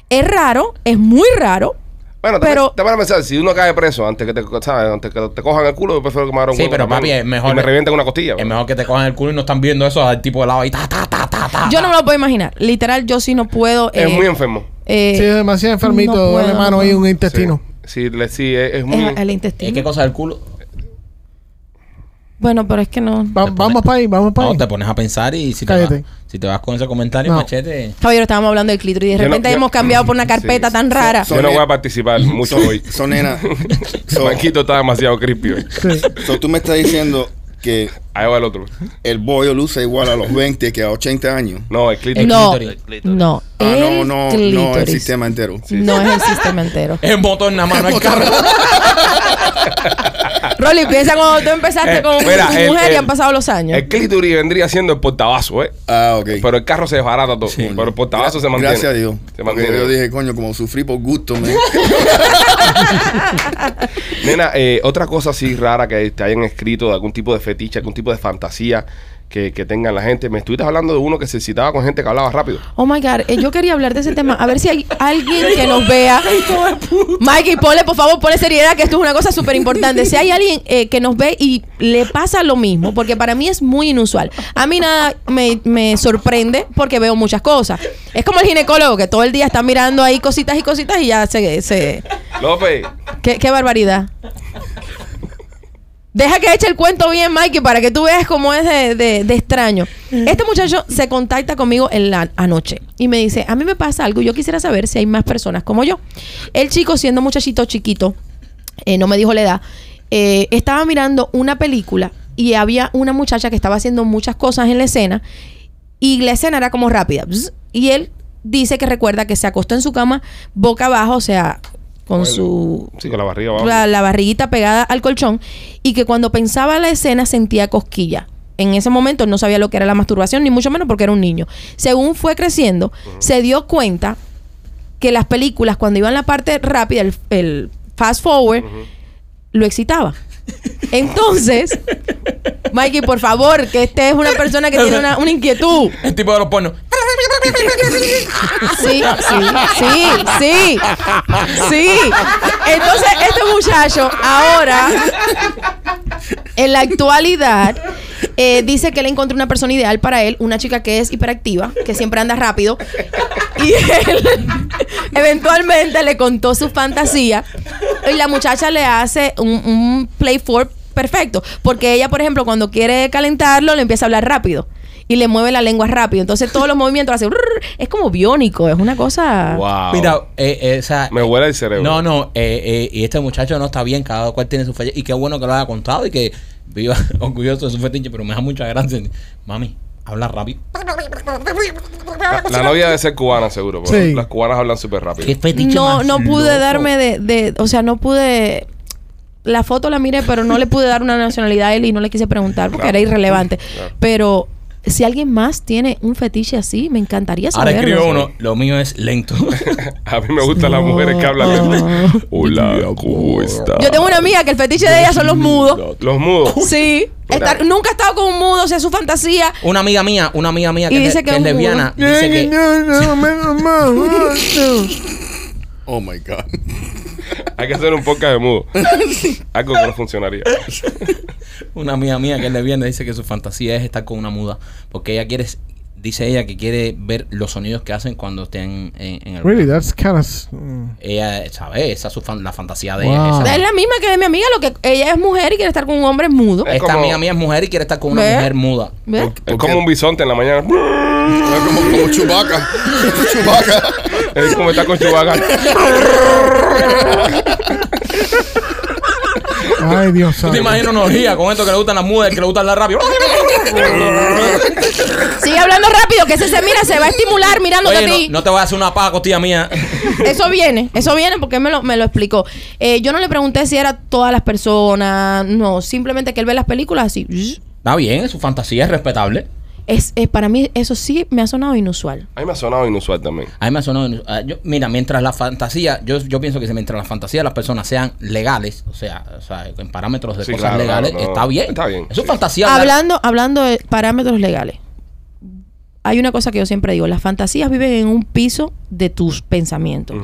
Es raro, es muy raro. Bueno, pero- pero, te van a pensar, si uno cae preso antes que te, ¿sabes? Antes que te cojan el culo, yo prefiero que me abran un Sí, huevo pero en la papi, mano es mejor- Y me revienten una costilla. pues. Es bro. mejor que te cojan el culo y no están viendo eso al tipo de lado ahí. Ta, ta, ta, ta, ta, Yo ta. no me lo puedo imaginar. Literal, yo sí no puedo. Es eh, muy enfermo. eh, Sí, es demasiado enfermito. no Dale puedo, mano no ahí un Sí. intestino. Sí, le- sí, es, es muy. es el ¿Eh, ¿Qué intestino. cosa del culo? Bueno, pero es que no. Va- Te vamos pones- para ahí, vamos para No, ahí. te pones a pensar y si te, vas, Cállate. si te vas con ese comentario, No. machete. Caballero, estábamos hablando del clítoris y de Yo no- repente yo- hemos cambiado por una (laughs) carpeta Sí. tan rara. Yo no voy (laughs) a participar mucho (laughs) Son- hoy. (laughs) Son nena. so, Banquito está demasiado creepy hoy. Sí. so tú me estás diciendo que Ahí va el otro. el bollo luce igual a los 20 que a 80 años. No, el clítoris. No, clítoris. clítoris. no, Ah, no, el no, no, el clítoris. sistema entero. No es el (laughs) sistema entero. Es un motor nada más, no es carro. Rolly, piensa cuando tú empezaste Eh, con mira, tu el- mujer y el- han pasado los años. El clítoris vendría siendo el portabazo, ¿eh? Ah, ok. Pero el carro se desbarata todo. Pero el portabazo se mantiene. Gracias a Dios. Se Porque mantiene. yo dije, coño, como sufrí por (laughs) gusto, man. Nena, eh, otra cosa así rara que te hayan escrito de algún tipo de fetiche, algún tipo de fantasía que, que tengan la gente. Me estuviste hablando de uno que se citaba con gente que hablaba rápido. Oh my God, eh, yo quería hablar de ese tema. A ver si hay alguien que nos vea. Mikey, ponle, por favor, ponle seriedad, que esto es una cosa súper importante. Si hay alguien eh, que nos ve y le pasa lo mismo, porque para mí es muy inusual. A mí nada me, me sorprende porque veo muchas cosas. Es como el ginecólogo que todo el día está mirando ahí cositas y cositas y ya se. se López, qué, qué barbaridad. Deja que eche el cuento bien, Mikey, para que tú veas cómo es de, de- de extraño. Este muchacho se contacta conmigo en la anoche y me dice, a mí me pasa algo, yo quisiera saber si hay más personas como yo. El chico, siendo muchachito chiquito, eh, no me dijo la edad, eh, estaba mirando una película y había una muchacha que estaba haciendo muchas cosas en la escena y la escena era como rápida. Bzz. Y él dice que recuerda que se acostó en su cama boca abajo, o sea, con su sí, con la barriga abajo. la, la barriguita pegada al colchón y que cuando pensaba la escena sentía cosquilla. En ese momento no sabía lo que era la masturbación, ni mucho menos porque era un niño. Según fue creciendo, se dio cuenta que las películas, cuando iban la parte rápida, el, el fast forward, lo excitaba. Entonces, Mikey, por favor, que este es una persona que tiene una, una inquietud. El tipo de los pornos. Sí, sí, sí, sí, sí. Entonces, este muchacho ahora, en la actualidad, eh, dice que le encontró una persona ideal para él, una chica que es hiperactiva, que siempre anda rápido. Y él eventualmente le contó su fantasía y la muchacha le hace un, un play for perfecto. Porque ella, por ejemplo, cuando quiere calentarlo, le empieza a hablar rápido. Y le mueve la lengua rápido. Entonces todos los movimientos hace... "Rrr". Es como biónico. Es una cosa... Wow. Mira, eh, eh, o sea, Me huele el cerebro. No, no, eh, eh, y este muchacho no está bien, cada cual tiene su fetiche. Y qué bueno que lo haya contado y que viva (laughs) orgulloso de su fetiche, pero me da mucha gracia. Mami, habla rápido. La, la novia debe ser cubana, seguro. porque Sí. Las cubanas hablan súper rápido. ¿Qué fetiche No, más no pude loco? darme de, de- O sea, no pude... La foto la miré, pero no le pude dar una nacionalidad a él y no le quise preguntar porque Claro. era irrelevante. Claro. Pero si alguien más tiene un fetiche así, me encantaría Ahora saberlo. escribió uno, lo mío es (laughs) lento. A mí me gustan las mujeres que hablan lento. Hola, ¿cómo estás? Yo tengo una amiga que el fetiche de ella son los mudos. Los mudos. Sí. Estar- nunca he estado con un mudo, o sea, es su fantasía. Una amiga mía, una amiga mía Y que, es- dice que que es es un lesbiana, (laughs) dice que No, no, menos mal, no. Oh my God. Hay que hacer un podcast de (laughs) mudo. Algo que no funcionaría. Una amiga mía que es lesbiana dice que su fantasía es estar con una muda. Porque ella quiere, dice ella que quiere ver los sonidos que hacen cuando estén en, en el... Really, that's kind of. Mm. Ella, ¿sabes? Esa es su fan- la fantasía de Wow. Ah. ella. esa- Es la misma que de mi amiga, lo que ella es mujer y quiere estar con un hombre mudo. Es Esta como- amiga mía es mujer y quiere estar con una ¿Ve? mujer muda. ¿Ves? Es como un bisonte en la mañana. Es como, como Chubaca. Chubaca. Es como está con Chubaca. Ay, Dios ¿Tú te santo. imaginas una orgía con esto que le gustan las mudas, que le gustan las rápidas? Sigue hablando rápido, que ese se mira, se va a estimular mirándote a Oye, ti. no, no te voy a hacer una paja costilla mía. (laughs) Eso viene, eso viene porque él me lo, me lo explicó. Eh, yo no le pregunté si era todas las personas, no, simplemente que él ve las películas así. zzz. Está bien, su fantasía es respetable. Es, es- para mí eso sí me ha sonado inusual. A mí me ha sonado inusual también. A mí me ha sonado inu- ah, yo- mira, mientras la fantasía, yo, yo pienso que si mientras la fantasía de las personas sean legales, o sea, o sea, en parámetros de Sí, cosas claro, legales, claro, no. está bien. Está bien, Es su sí. fantasía. hablar- Hablando, hablando de parámetros legales. Hay una cosa que yo siempre digo, las fantasías viven en un piso de tus pensamientos.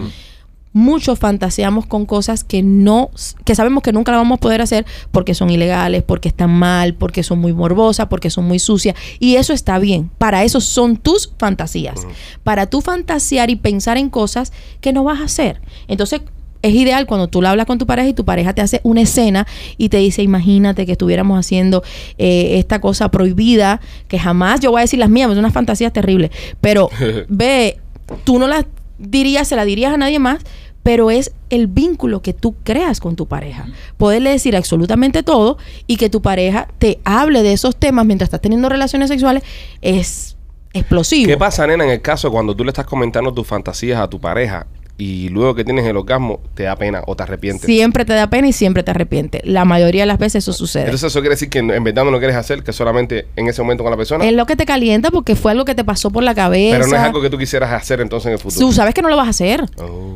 Muchos fantaseamos con cosas que no que sabemos que nunca las vamos a poder hacer porque son ilegales, porque están mal, porque son muy morbosas, porque son muy sucias y eso está bien. Para eso son tus fantasías. Para tú fantasear y pensar en cosas que no vas a hacer. Entonces, es ideal cuando tú la hablas con tu pareja y tu pareja te hace una escena y te dice, imagínate que estuviéramos haciendo eh, esta cosa prohibida, que jamás yo voy a decir las mías, son unas fantasías terribles, pero ve, tú no las dirías, se las dirías a nadie más, pero es el vínculo que tú creas con tu pareja. Poderle decir absolutamente todo y que tu pareja te hable de esos temas mientras estás teniendo relaciones sexuales es explosivo. ¿Qué pasa, nena, en el caso cuando tú le estás comentando tus fantasías a tu pareja y luego que tienes el orgasmo te da pena o te arrepientes? Siempre te da pena y siempre te arrepientes. La mayoría de las veces eso sucede. Entonces eso quiere decir que en verdad no lo quieres hacer, que solamente en ese momento con la persona, Es lo que te calienta porque fue algo que te pasó por la cabeza. pero no es algo que tú quisieras hacer entonces en el futuro. Tú sabes que no lo vas a hacer.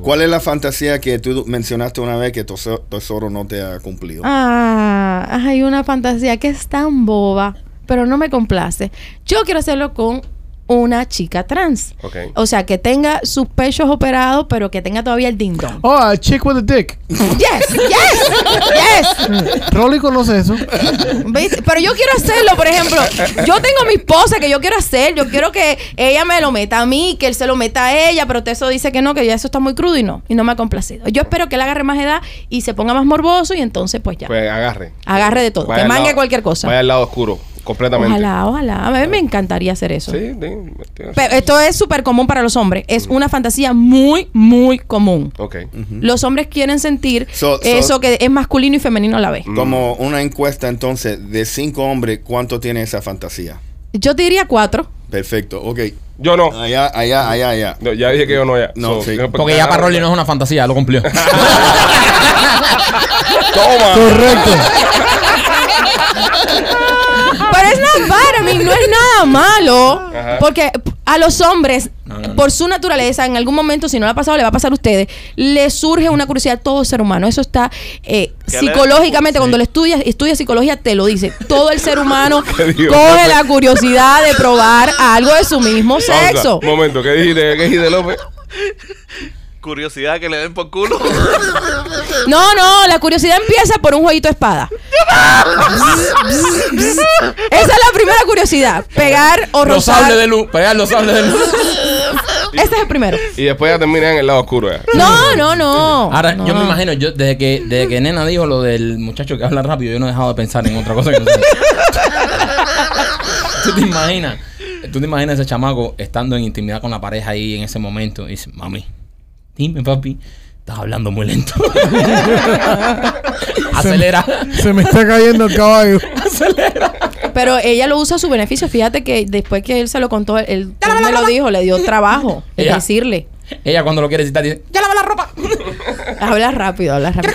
¿Cuál es la fantasía que tú mencionaste una vez que tu so- tesoro no te ha cumplido? Ah, hay una fantasía que es tan boba, pero no me complace. Yo quiero hacerlo con una chica trans. Ok. O sea, que tenga sus pechos operados, pero que tenga todavía el dindón. Oh, a chick with a dick. Yes, yes, yes. Rolly conoce eso. ¿Ves? Pero yo quiero hacerlo, por ejemplo. Yo tengo mi esposa que yo quiero hacer. Yo quiero que ella me lo meta a mí, que él se lo meta a ella, pero eso dice que no, que ya eso está muy crudo y no. Y no me ha complacido. Yo espero que él agarre más edad y se ponga más morboso y entonces pues ya. Pues agarre. Agarre de todo. Vaya que al mangue lado- cualquier cosa. Vaya al lado oscuro, completamente. Ojalá, ojalá. A mí me encantaría hacer eso. Sí, sí. tienes- Pero esto es súper común para los hombres. Es una fantasía muy, muy común. Ok. Los hombres quieren sentir So- so- eso que es masculino y femenino a la vez. Como una encuesta entonces de cinco hombres, ¿cuánto tiene esa fantasía? Yo te diría cuatro. Perfecto, ok. Yo no. Allá, allá, allá, allá. No, Ya dije que yo no ya. No, sí. yo- Porque ya para Rolly no es una fantasía, lo cumplió. Toma. Correcto. Pero es not bad, I mean, no es nada malo. Ajá. Porque a los hombres, No, no, no. por su naturaleza, en algún momento, si no le ha pasado, le va a pasar a ustedes, les surge una curiosidad a todo ser humano. Eso está eh, Que le- psicológicamente, cuando lo estudias, estudias psicología, te lo dice. Todo el ser humano ¿Qué digo? coge la curiosidad de probar algo de su mismo Pausa. sexo. Momento, ¿qué dijiste? ¿Qué dijiste, López? Curiosidad que le den por culo. (laughs) No, no, la curiosidad empieza por un jueguito de espada. Esa es la primera curiosidad. Pegar o los rozar. sables de luz, pegar los sables de luz. Ese es el primero. Y después ya termina en el lado oscuro ya. No, no, no. Ahora, No. yo me imagino, yo desde que, desde que Nena dijo lo del muchacho que habla rápido, yo no he dejado de pensar en otra cosa que no sea. ¿Tú te imaginas? ¿Tú te imaginas ese chamaco estando en intimidad con la pareja ahí en ese momento? Y dice, mami, dime papi, estás hablando muy (laughs) lento. Acelera. Se me está cayendo el caballo. Pero ella lo usa a su beneficio. Fíjate que después que él se lo contó, él, él (laughs) me lo dijo, le dio trabajo de Ya. decirle. Ella cuando lo quiere citar dice, ya lava la ropa. Habla rápido, habla rápido.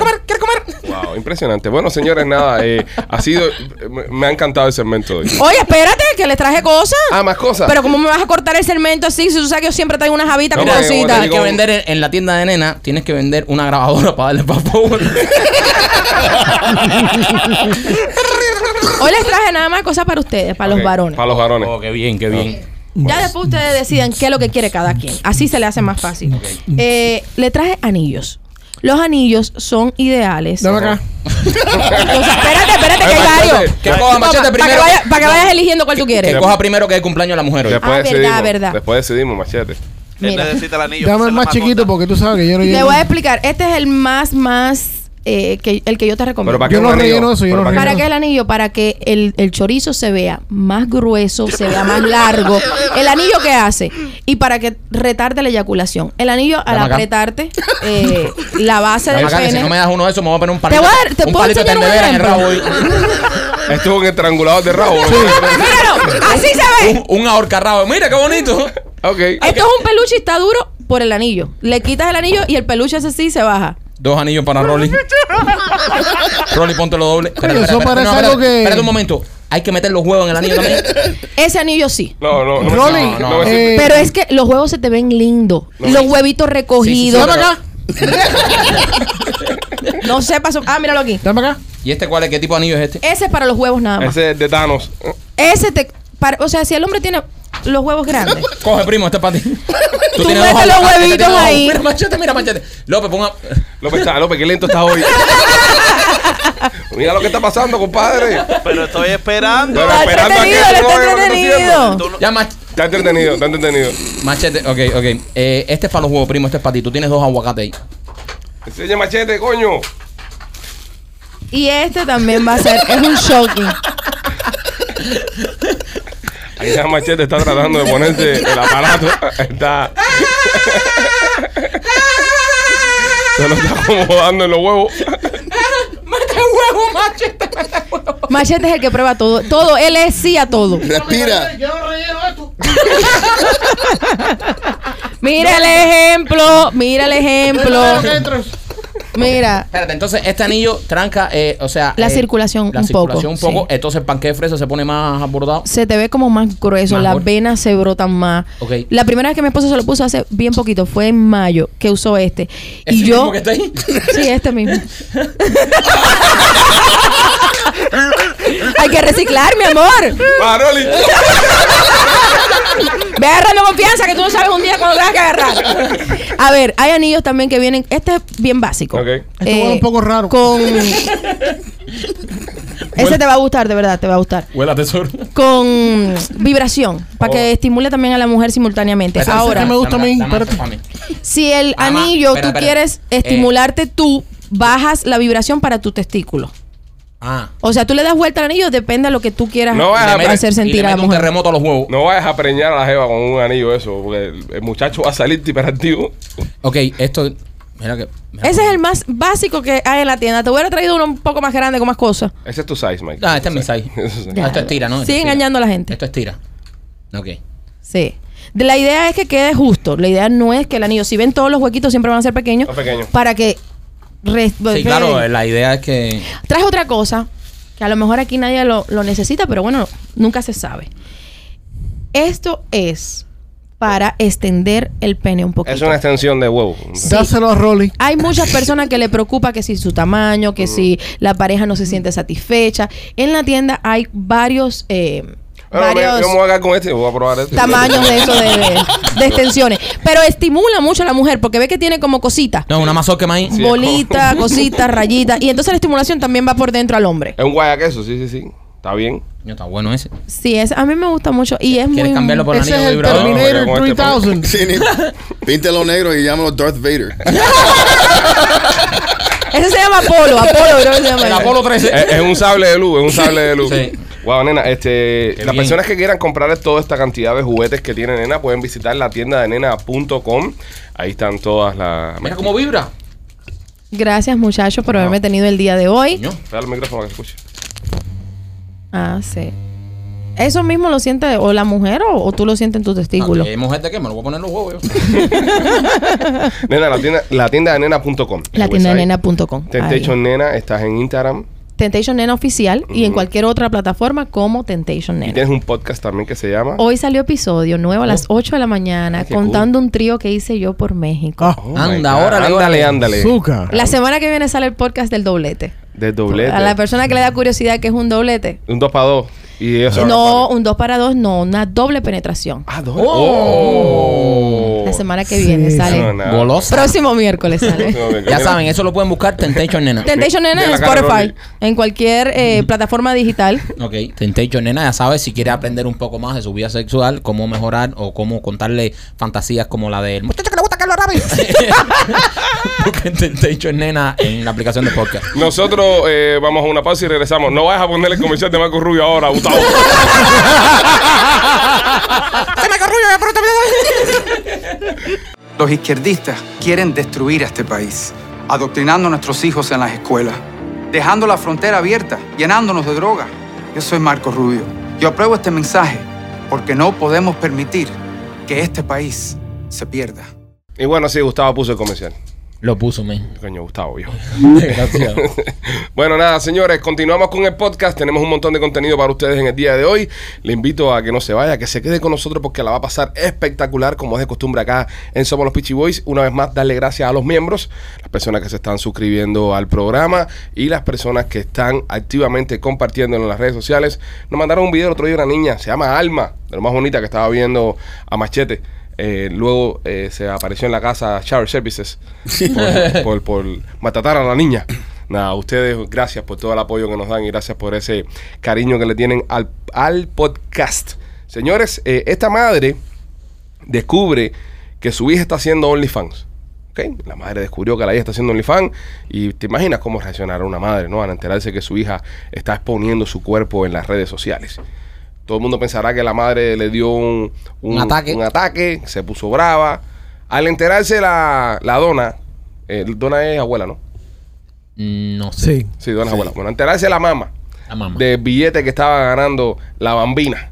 Wow, impresionante. Bueno, señores, nada, eh, ha sido, me, me ha encantado el segmento de hoy. Oye, espérate, que les traje cosas. Ah, más cosas. Pero ¿cómo me vas a cortar el segmento así? Si tú sabes que yo siempre traigo unas javitas No, con porque como cositas. te Tienes que vender en, en la tienda de nena, tienes que vender una grabadora para darle para Hoy les traje nada más cosas para ustedes, para los Ok, varones. Para los varones. Oh, qué bien, qué bien. Ya después ustedes decidan qué es lo que quiere cada quien. Así se le hace más fácil. Eh, le traje anillos. Los anillos son ideales. Dame acá. Entonces, espérate, espérate, que Ay, hay machete. varios. Que coja machete Para que, primero. vaya- pa' que vayas eligiendo cuál tú Que quieres. coja primero que es el cumpleaños de la mujer hoy. Después Ah, verdad, decidimos. verdad. Después decidimos, machete. Él Mira. necesita el anillo. Dame esa el es la más chiquito gorda. porque tú sabes que yo no Te llego. voy a explicar. Este es el más, más, eh, que, el que yo te recomiendo. Pero para ¿Para, qué Yo no un anillo? relleno eso, yo Pero no para relleno. qué- qué el anillo? Para que el, el chorizo se vea más grueso, (laughs) se vea más largo. El anillo que hace. Y para que retarde la eyaculación. El anillo al Dame acá. apretarte eh, la base del Acá, que si pene. no me das uno de esos, me voy a poner un palito. voy a dar- te un puedo palito de enseñar un tendedera en el rabo. ejemplo. (laughs) Esto es un estrangulador de rabo. Míralo, así se y- ve. un, un ahorcarrabo. Mira qué bonito. ok. Esto es un peluche y está duro por el anillo. Le quitas el anillo y el peluche ese sí se baja. Dos anillos para Rolly. (laughs) Rolly, ponte lo doble. Espera, Coño, espera, eso espera, parece no, espera, algo que- Espérate un momento. Hay que meter los huevos en el anillo también. (laughs) Ese anillo sí. No, no, no. Rolly, no, no, eh, Pero es que los huevos se te ven lindos. Los huevitos recogidos. Sí, sí, sí, Dame acá. (laughs) no sé, pasó. Ah, míralo aquí. dame acá. ¿Y este cuál es? ¿Qué tipo de anillo es este? Ese es para los huevos nada más. Ese es de Thanos. Ese te. para- o sea, si el hombre tiene los huevos grandes. Coge, primo, este es para ti. Tú, Tú tienes dos mete los aguacates, huevitos tienes dos- ahí. Mira, machete, mira, machete. López, ponga. López, está- López, qué lento estás (laughs) hoy. Mira lo que está pasando, compadre. Pero estoy (laughs) esperando. Pero Está esperando a que entretenido, tú no veas está lo que entretenido. está haciendo. Tú no- Ya, mach- Está entretenido, está entretenido. machete. Ok, ok. Eh, este es para los huevos, primo, este es para ti. Tú tienes dos aguacates ahí. Enseña machete, coño. Y este también va a ser. Es un shocking. Ahí está machete, está tratando de ponerse el aparato. Está. Se lo está acomodando en los huevos. Machete es el que prueba todo. Todo. Él es sí a todo. Respira. Mira el ejemplo. Mira el ejemplo. Entras. Mira. Espérate, entonces este anillo tranca, eh, o sea. La eh, circulación la un poco, circulación un poco. sí. Entonces el panque de fresa se pone más abordado. se te ve como más grueso, Más las gordo. venas se brotan más. Ok. La primera vez que mi esposo se lo puso hace bien poquito, fue en mayo que usó este. ¿Ese Y yo. mismo que está ahí? Sí, este (laughs) mismo. Hay que reciclar, mi amor. Maroli. Ve agarrando confianza que tú no sabes un día cuando tengas que agarrar. A ver, hay anillos también que vienen. Este es bien básico. Ok. Esto huele un poco raro. Con. Ese te va a gustar, de verdad, te va a gustar. Huela tesoro. Con vibración, para que Oh. estimule también a la mujer simultáneamente. Espérate, Ahora, que me gusta a mí, dame- dame espérate. esto para mí. si el Mamá, anillo espera, tú espera. quieres Eh. estimularte tú, bajas la vibración para tu testículo. Ah. O sea, tú le das vuelta al anillo, depende de lo que tú quieras No vayas a hacer meter- hacer y sentir le a la mete un mujer. terremoto a los huevos. No vayas a preñar a la jeva con un anillo eso, porque el el muchacho va a salir hiperactivo. Ok, esto. Mira que. mira Ese que- es el más básico que hay en la tienda. Te hubiera traído uno un poco más grande con más cosas. Ese es tu size, Mike. Ah, este es mi size. Ese es- Ah, esto es tira, ¿no? Esto Sigue es tira. engañando a la gente. Esto es tira. Ok. Sí. De- La idea es que quede justo. La idea no es que el anillo, si ven todos los huequitos, siempre van a ser pequeños. Son pequeños. Para que. re- Sí, claro, la idea es que. Traje otra cosa que a lo mejor aquí nadie lo, lo necesita, pero bueno, nunca se sabe. Esto es para extender el pene un poquito. Es una extensión de huevo. Dáselo a Rolly. Hay muchas personas que le preocupa que si su tamaño, que si la pareja no se siente satisfecha. En la tienda hay varios, eh, Bueno, me- varios yo me voy a quedar con este, voy a probar este. tamaños de eso de, de- de extensiones. Pero estimula mucho a la mujer porque ve que tiene como cositas. No, una mazorca maíz. Sí. es (laughs) bolita, cositas, rayitas. Y entonces la estimulación también va por dentro al hombre. Es un guayaqueso, sí, sí, sí. Está bien. Coño, Está bueno ese. Sí, es, a mí me gusta mucho y es ¿Quieres muy... cambiarlo por el Ese es anillo el vibrador? terminé. Terminator Vamos a ver cómo este 3000. Sí, ni- Píntelo negro y llámalo Darth Vader. Ese se llama Apolo, Apolo, creo que se llama. El Apolo 13. Es, es un sable de luz, es un sable de luz. Sí. Wow, nena, este, las bien. personas que quieran comprar toda esta cantidad de juguetes que tiene nena pueden visitar la tienda de nena.com. Ahí están todas las. Mira cómo vibra. Gracias muchachos por haberme tenido el día de hoy. Coño. Pégale el micrófono para que se escuche. Ah, sí. Eso mismo lo siente o la mujer o, o tú lo sientes en tu testículo. Ah, ¿Hay mujer de qué? Me lo voy a poner en los huevos yo. Nena, la tienda, la tienda de nena.com. La tienda de nena.com. Temptation Nena, estás en Instagram. Temptation Nena oficial y en cualquier otra plataforma como Temptation Y Nena. Oh. tienes un podcast también que se llama. Hoy salió episodio nuevo a las 8 de la mañana qué contando un trío que hice yo por México. Ah, Oh my Anda, God. órale, Ándale, órale. ándale. azúcar. La semana que viene sale el podcast del doblete. De doblete. A la persona que le da curiosidad que es un doblete. Un 2 para 2. Y eso. No, un 2 para 2, no, una doble penetración. Ah, dos. Oh. La semana que Sí, viene sí. sale. No, nada. Golosa. Próximo (laughs) miércoles sale. Ya saben, eso lo pueden buscar Temptation Nena. Temptation De- Nena de en la cara Spotify, Rolly. en cualquier eh, plataforma digital. Ok, Temptation Nena, ya sabes, si quieres aprender un poco más de su vida sexual, cómo mejorar o cómo contarle fantasías como la del muchacho que le gusta a Carlos (laughs) Rápido. Busquen Temptation Nena en la aplicación de podcast. Nosotros eh, vamos a una pausa y regresamos. No vayas a ponerle el comercial de Marco Rubio ahora, Gustavo. Los izquierdistas quieren destruir a este país, adoctrinando a nuestros hijos en las escuelas, dejando la frontera abierta, llenándonos de droga. Yo soy Marco Rubio. Yo apruebo este mensaje porque no podemos permitir que este país se pierda. y bueno, sí, Gustavo puso el comercial. Lo puso, men. (laughs) Coño, Gustavo, yo. Desgraciado. Bueno, nada, señores, continuamos con el podcast. Tenemos un montón de contenido para ustedes en el día de hoy. Le invito a que no se vaya, que se quede con nosotros porque la va a pasar espectacular, como es de costumbre acá en Somos los Pitchy Boys. Una vez más, darle gracias a los miembros, las personas que se están suscribiendo al programa y las personas que están activamente compartiendo en las redes sociales. Nos mandaron un video el otro día de una niña, se llama Alma, de lo más bonita que estaba viendo a Machete. Eh, luego eh, se apareció en la casa Shower Services por, por, por matatar a la niña. Nada, a ustedes gracias por todo el apoyo que nos dan y gracias por ese cariño que le tienen al, al podcast. Señores, eh, esta madre descubre que su hija está haciendo OnlyFans. ¿ok? La madre descubrió que la hija está haciendo OnlyFans y te imaginas cómo reaccionará una madre, ¿no? Al enterarse que su hija está exponiendo su cuerpo en las redes sociales. Todo el mundo pensará que la madre le dio un, Un ataque. un ataque, se puso brava. Al enterarse la, la dona, eh, dona es abuela, ¿no? No sé. Sí. Sí, dona es abuela. Bueno, enterarse la mamá La mamá. del billete que estaba ganando la bambina.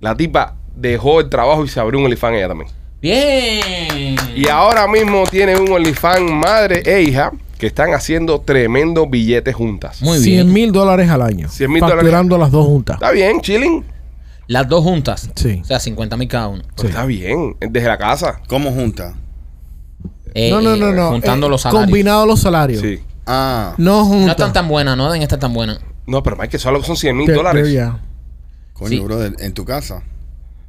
La tipa dejó el trabajo y se abrió un OnlyFans ella también. Bien. Y ahora mismo tiene un OnlyFans madre e hija que están haciendo tremendo billete juntas. Muy 100 bien. mil dólares al año. 100 mil dólares. Facturando las dos juntas. Está bien, chilling. Las dos juntas. Sí. O sea, 50 mil cada uno. Pero Está bien, desde la casa. ¿Cómo junta? Eh, no, no, no, eh, no. Juntando Eh, los salarios. Combinado los salarios. Sí. Ah, No No juntas. están tan buenas, no deben estar tan buenas. No, pero Mike, que solo son 100 mil Te- dólares. te- ya. coño, Sí. brother, en tu casa.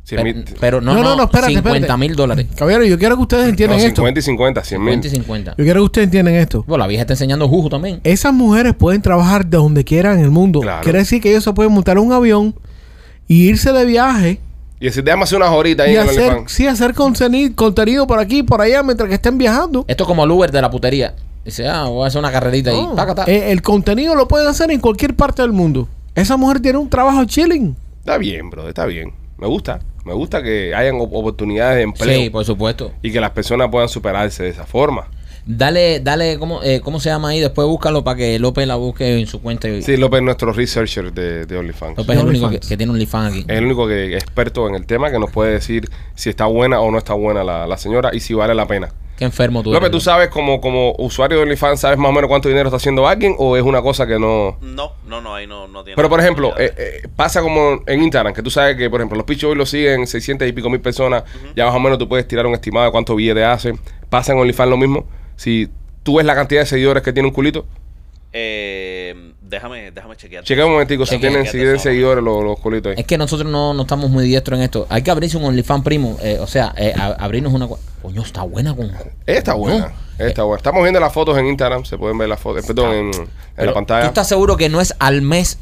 100 Pero, mil. pero no, no, no, espérate, espérate. 50 mil dólares. Caballero, yo quiero que ustedes No, entiendan esto. 50 y 50, 100 50 y mil. 50. Yo quiero que ustedes entiendan esto. Bueno, la vieja está enseñando jugo también. Esas mujeres pueden trabajar de donde quieran en el mundo. Claro. Quiere decir que ellos se pueden montar en un avión y irse de viaje Y así, déjame hacer unas horitas ahí y en el hacer, OnlyFans. sí, hacer contenido, contenido por aquí y por allá mientras que estén viajando. Esto es como el Uber de la putería. Dice, ah, voy a hacer una carrerita No, Este, Oh. y pácata. eh, el contenido lo pueden hacer en cualquier parte del mundo. Esa mujer tiene un trabajo chilling. Está bien, bro, está bien. Me gusta. Me gusta que hayan op- oportunidades de empleo. sí, pues. por supuesto. Y que las personas puedan superarse de esa forma. Dale, dale, ¿cómo, eh, ¿cómo se llama ahí? Después búscalo para que López la busque en su cuenta. Sí, López es nuestro researcher de, de OnlyFans. Eh. López es el único que, OnlyFans. que tiene un lifan aquí. Es el único que experto en el tema que nos puede decir si está buena o no está buena la, la señora y si vale la pena. Qué enfermo tú López, eres, ¿tú sabes como, como usuario de OnlyFans, sabes más o menos cuánto dinero está haciendo alguien o es una cosa que no... No, no, no, ahí no, no tiene. Pero, por ejemplo, oportunidad. eh, eh, pasa como en Instagram, que tú sabes que, por ejemplo, los pichos hoy los siguen 600 y pico mil personas. Ya más o menos tú puedes tirar un estimado de cuánto billete hace. ¿Pasa en OnlyFans lo mismo? Si tú ves la cantidad de seguidores que tiene un culito, Eh, déjame, déjame chequear. checa un momentico si Chequea, tienen chequeate si tienen eso. seguidores los, los culitos ahí. Es que nosotros no, no estamos muy diestros en esto. Hay que abrirse un OnlyFans primo. eh, o sea, eh, a- abrirnos una. cu- Coño, está buena con. Esta buena. Esta buena. Estamos viendo las fotos en Instagram, se pueden ver las fotos, eh, perdón, en, en la Pero, ¿Tú pantalla. estás seguro que no es al mes?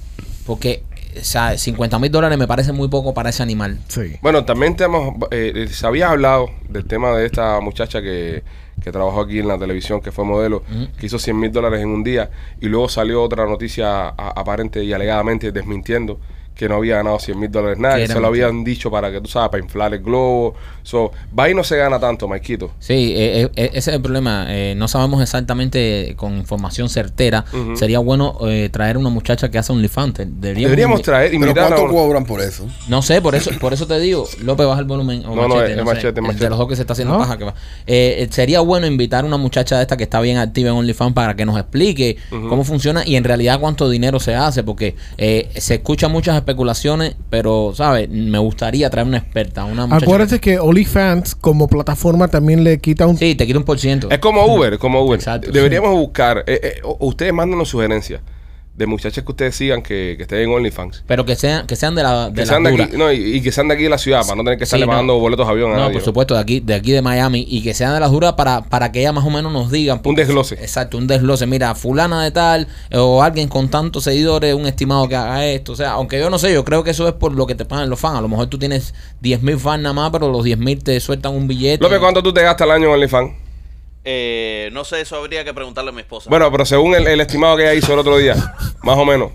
Porque, eh, o sea, 50 mil dólares me parece muy poco para ese animal. Sí. Bueno, también te hemos, eh, eh, se había hablado del tema de esta muchacha que, que trabajó aquí en la televisión, que fue modelo, que hizo 100 mil dólares en un día, y luego salió otra noticia a- aparente y alegadamente desmintiendo que no había ganado 100 mil dólares nada, Que que era se lo mentira. habían dicho para que tú sabes, para inflar el globo. So, Bahí no se gana tanto, Maikito. Sí, eh, eh, eh, ese es el problema. Eh, no sabemos exactamente eh, con información certera. Ujú. Sería bueno eh, traer una muchacha que hace OnlyFans. Te- Deberíamos, Deberíamos traer, Pero invitar a ¿cuánto una- cobran por eso? No sé, por eso por eso te digo. López, baja el volumen. O No, no, machete, es no, sé. Machete, El Machete. De los dos que se está haciendo ¿No? paja. Que va. Eh, eh, sería bueno invitar a una muchacha de esta que está bien activa en OnlyFans para que nos explique cómo funciona y en realidad cuánto dinero se hace. Porque eh, se escuchan muchas especulaciones, pero, ¿sabes? Me gustaría traer una experta, una muchacha. Acuérdate que OnlyFans como plataforma también le quita un... Sí, te quito un por ciento. Es como Uber, es como Uber. Exacto, Deberíamos buscar, eh, eh, o- ustedes mándenos sugerencias de muchachas que ustedes sigan que, que estén en OnlyFans. Pero que sean, que sean de la de Que las sean de duras. aquí, no, y, y que sean de aquí de la ciudad, para no tener que Sí, estarle no. pagando boletos de avión a No, nadie. por supuesto, de aquí, de aquí de Miami y que sean de las duras para, para que ella más o menos nos digan. Un desglose. Exacto, un desglose. Mira, fulana de tal eh, o alguien con tantos seguidores, un estimado que haga esto. O sea, aunque yo no sé, yo creo que eso es por lo que te pagan los fans. A lo mejor tú tienes 10.000 fans nada más, pero los 10.000 te sueltan un billete. López, ¿cuánto tú te gastas al año en OnlyFans? Eh, no sé, eso habría que preguntarle a mi esposa. Bueno, pero según el, el estimado que ella hizo el otro día, más o menos.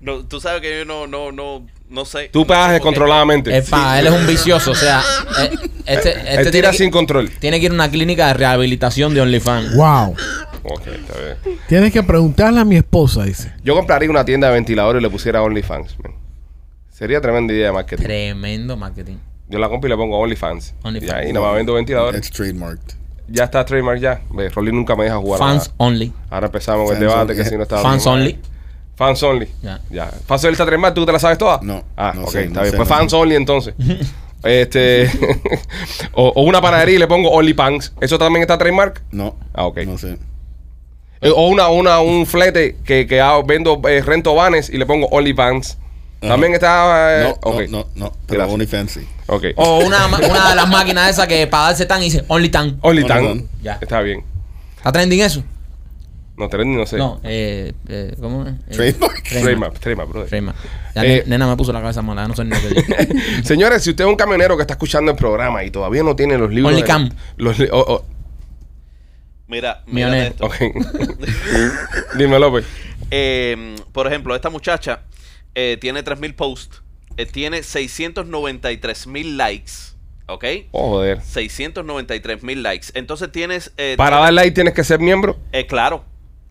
No, tú sabes que yo no, no, no, no sé. Tú No pagas sé por qué. descontroladamente. Es pa, él es un vicioso, o sea, eh, este, este Él tira tiene, sin que, control. tiene que ir a una clínica de rehabilitación de OnlyFans. Wow. Ok, está bien. Tienes que preguntarle a mi esposa, dice. Yo compraría una tienda de ventiladores y le pusiera OnlyFans. man. Sería tremenda idea de marketing. Tremendo marketing. Yo la compro y le pongo OnlyFans. OnlyFans. Y ahí nomás vendo It's ventiladores. trademarked. Ya está trademark ya. Ve, Rolly nunca me deja jugar. Fans nada. only. Ahora empezamos con el Fans debate only. que si no está Fans bien. eh. only. Fans only. Ya. Ya. Fans only está trademark, ¿tú te la sabes toda? No, Ah, no ok, sé, está no bien. sé, pues no fans sé. only (laughs) entonces. este. (laughs) o, o una panadería y le pongo Only Pants. ¿Eso también está trademark? No. Ah, ok. No sé. Eh, O una, una, un flete que, que hago- vendo, eh, rento vanes y le pongo Only Vans. También está. No, eh, ok. no, no, no. Pero Gracias. OnlyFans sí. Ok. O una, ma- una de las máquinas esas que para darse tan y dice only tan. Only Only Tan. Tan. Ya. Está bien. ¿Está trending eso? No, trending no sé. No, eh, eh, ¿cómo es? Eh, (laughs) Trademark. Trademark. Trademark, trademark, brother. Trademark. Ya, Eh, nena me puso la cabeza mala, no sé ni lo que digo. (laughs) Señores, si usted es un camionero que está escuchando el programa y todavía no tiene los libros. Only de- Cam. Los, li- oh, Mira, mira Millonero. oh, esto. (laughs) ok. pues. Dime, López. Eh, por ejemplo, esta muchacha eh, tiene 3.000 posts, eh, tiene 693.000 likes, ¿ok? Oh, joder. 693.000 likes. Entonces tienes... eh, Para dar like tienes que ser miembro. eh, claro.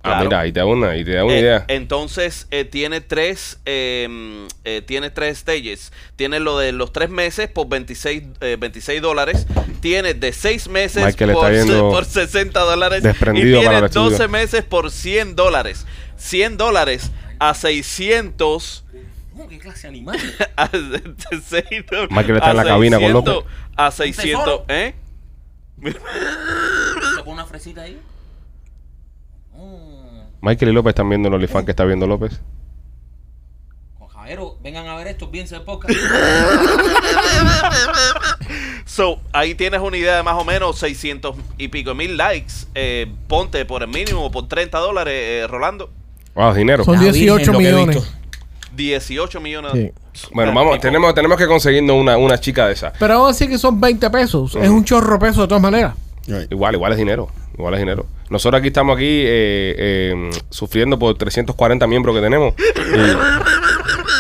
Ah, claro. mira, ahí te da una, ahí te da una Eh, idea. Entonces eh, tiene tres eh, eh, tiene tres stages. Tiene lo de los tres meses por 26, eh, 26 dólares. Tiene de seis meses Michael está por, se- viendo por 60 dólares. desprendido y para tiene el estudio. 12 meses por 100 dólares. 100 dólares a 600. ¿Qué clase animal? (laughs) A, de seis dólares, Michael está a en la cabina con 600, López. A 600, ¿eh? ¿Se pone una fresita ahí? Michael y López están viendo el OnlyFans que está viendo López. Javero, vengan a ver esto, bien se poca. So, ahí tienes una idea de más o menos 600 y pico mil likes. Eh, ponte por el mínimo, por 30 dólares, eh, Rolando. Wow, dinero. Son 18 millones. 18 millones. Sí. Bueno, Ah, vamos, tipo, tenemos, tenemos que conseguirnos una, una chica de esa. Pero vamos a decir que son 20 pesos. Es un chorro peso de todas maneras. Right. Igual, igual es dinero. Igual es dinero. Nosotros aquí estamos aquí eh, eh, sufriendo por 340 miembros que (laughs) tenemos.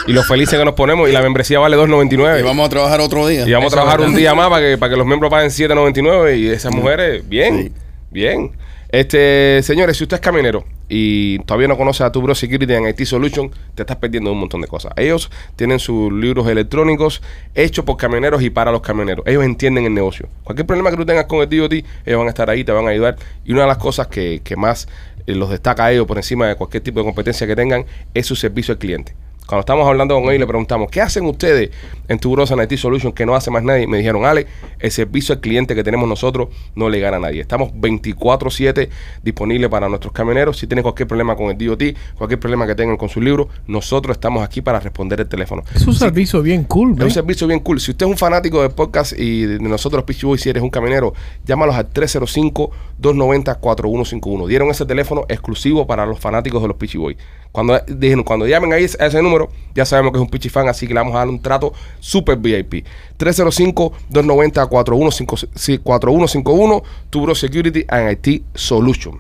Y, y lo felices que nos ponemos. Y la membresía vale Y 2.99. vamos a trabajar otro día. Eh, Y vamos a Eso trabajar es un día más para que, para que los miembros paguen 7.99 y esas mujeres, bien, Sí. bien. Este, señores, si usted es camionero y todavía no conoce a tu Bro Security en IT Solution, te estás perdiendo de un montón de cosas. Ellos tienen sus libros electrónicos hechos por camioneros y para los camioneros. Ellos entienden el negocio. Cualquier problema que tú tengas con el DOT, ellos van a estar ahí, te van a ayudar. Y una de las cosas que, que más eh, los destaca a ellos por encima de cualquier tipo de competencia que tengan es su servicio al cliente. Cuando estamos hablando con ellos, le preguntamos, ¿qué hacen ustedes en tu Grosan IT Solution que no hace más nadie? Me dijeron, Ale, el servicio al cliente que tenemos nosotros no le gana a nadie. Estamos 24-7 disponibles para nuestros camioneros. Si tienen cualquier problema con el DOT, cualquier problema que tengan con su libro, nosotros estamos aquí para responder el teléfono. Es un servicio bien cool, Es ¿no? un servicio bien cool. Si usted es un fanático del podcast y de nosotros, Pitch Boys, si eres un camionero, llámalos al 305-290-4151. Dieron ese teléfono exclusivo para los fanáticos de los Pitch Boys. Cuando, dijeron, cuando llamen ahí a ese número, ya sabemos que es un Pitchy fan, así que le vamos a dar un trato super VIP. 305-290-4151, Tubro Security and IT Solution.